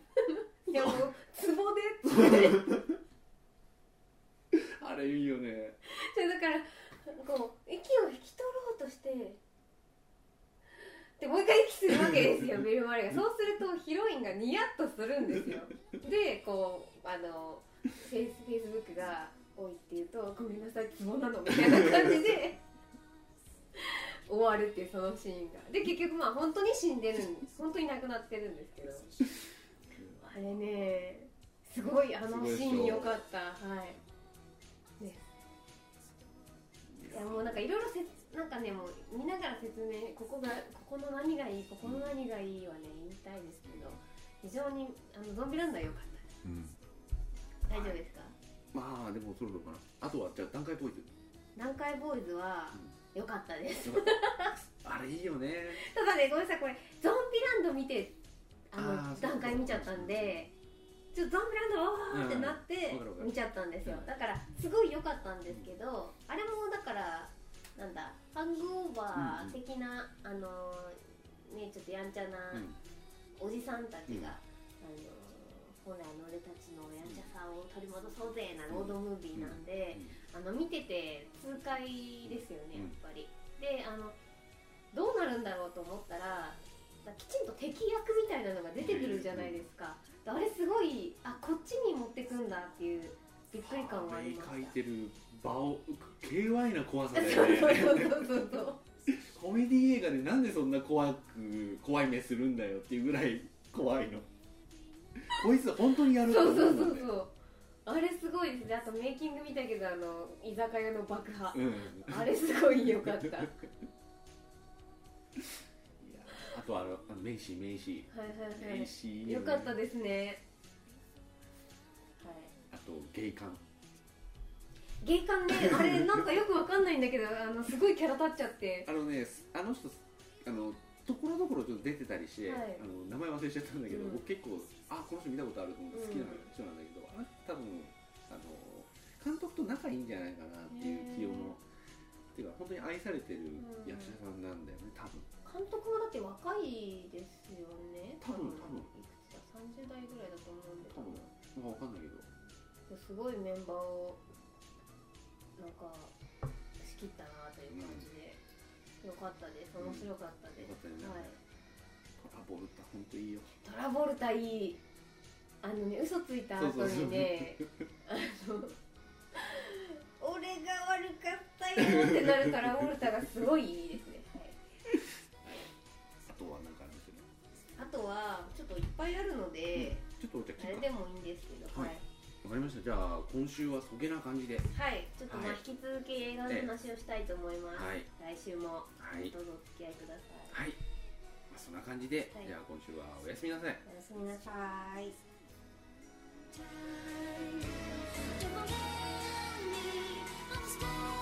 Speaker 2: いやもうツボでって
Speaker 1: [LAUGHS] あれいいよね
Speaker 2: [LAUGHS] じゃだからこう息を引き取ろうとしてでもう一回息するわけですよビル・マーレがそうするとヒロインがニヤッとするんですよでこうあのフェイスフェイスブックが多いっていうと「ごめんなさいツボなの」みたいな感じで終わるっていうそのシーンがで結局まあ本当に死んでるん本当に亡くなってるんですけどあれねすごいあのシーン良かったはいいやもうなんかいろいろせつなんかねもう見ながら説明ここがここの何がいいここの何がいいはね言いたいですけど非常にあのゾンビランドは良かっ
Speaker 4: うん
Speaker 2: た大丈夫ですか、
Speaker 1: まあでもそろそろかなあとはじゃあ段階ポイ
Speaker 2: [LAUGHS]
Speaker 1: ン
Speaker 2: 南海ボーイズは良かったです [LAUGHS]
Speaker 1: トよかったあれいいよね
Speaker 2: ただねごめんなさいこれゾンビランド見てあの
Speaker 1: あー
Speaker 2: 段階見ちゃったんでちょっとゾンビランドわーってなって
Speaker 1: うんわかるわかる
Speaker 2: 見ちゃったんですよ
Speaker 1: うん
Speaker 2: だからすごい良かったんですけどあれもだからなんだハングオーバー的な、あのーねちょっとやんちゃな、
Speaker 1: うん
Speaker 2: おじさんたちが、あの本来の俺たちのやんちゃさを取り戻そうぜなロードムービーなんで、あの見てて痛快ですよねやっぱり、であのどうなるんだろうと思ったらだきちんと敵役みたいなのが出てくるじゃないですか、であれすごいあこっちに持ってくんだっていうびっくり感はありました
Speaker 1: 書いてる場を KY な怖さだ
Speaker 2: そう
Speaker 1: よ
Speaker 2: [LAUGHS] そう
Speaker 1: ね
Speaker 2: そうそうそう
Speaker 1: コメディ映画でなんでそんな怖く怖い目するんだよっていうぐらい怖いのこいつ本当にやると思
Speaker 2: そう
Speaker 1: う
Speaker 2: そうん
Speaker 1: だ
Speaker 2: そ
Speaker 1: よね
Speaker 2: うそうあれすごいですねあとメイキング見たけどあの居酒屋の爆破
Speaker 1: うんい
Speaker 2: あれすごい良かった。はいは
Speaker 1: やあとあのあの名刺名刺
Speaker 2: いは
Speaker 1: 名刺
Speaker 2: い。良かったですね。はい。
Speaker 1: あと芸感
Speaker 2: 芸感ね、あれなんかよくわかんないんだけど、あのすごいキャラ立っちゃって。
Speaker 1: あのねあの人あのところどころちょっと出てたりして、
Speaker 2: はい
Speaker 1: あの名前忘れちゃったんだけど、
Speaker 2: うん
Speaker 1: 僕結構あこの人見たことあると思って好きな人なんだけど、あの人多分あの監督と仲いいんじゃないかなっていう気温のっていうか本当に愛されてる役者さんなんだよね多分
Speaker 2: 監督はだって若いですよね。
Speaker 1: 多分多分
Speaker 2: いくつだ、三十代ぐらいだと思うんで。
Speaker 1: 多分なんかわかんないけど
Speaker 2: すごいメンバーをなんか仕切ったなという感じで、良かったです。面白かったで
Speaker 1: よ
Speaker 2: す
Speaker 1: か。ったよね、
Speaker 2: はい。
Speaker 1: トラボルタ本当いいよ
Speaker 2: トラボルタいいあのね嘘ついた後にねあの俺が悪かったよってなるトラボルタがすごいいいですね、
Speaker 1: あとはなんかありますよね
Speaker 2: はい、あとはちょっといっぱいあるので、
Speaker 1: ちょっとじゃあ聞く
Speaker 2: 誰で
Speaker 1: か
Speaker 2: もいいんですけど
Speaker 1: は
Speaker 2: はいい、
Speaker 1: わかりましたじゃあ今週はそげな感じでは
Speaker 2: はい、ちょっとま
Speaker 1: はい
Speaker 2: あ引き続き映画の話をしたいと思います、
Speaker 1: い
Speaker 2: 来週も
Speaker 1: はい
Speaker 2: どうぞお付き合いくださ
Speaker 1: はい、
Speaker 2: い
Speaker 1: まあ、そんな感じで、
Speaker 2: はい
Speaker 1: じゃあ今週はおやすみなさい
Speaker 2: おやすみなさい
Speaker 5: Time to forget me. I'm sorry.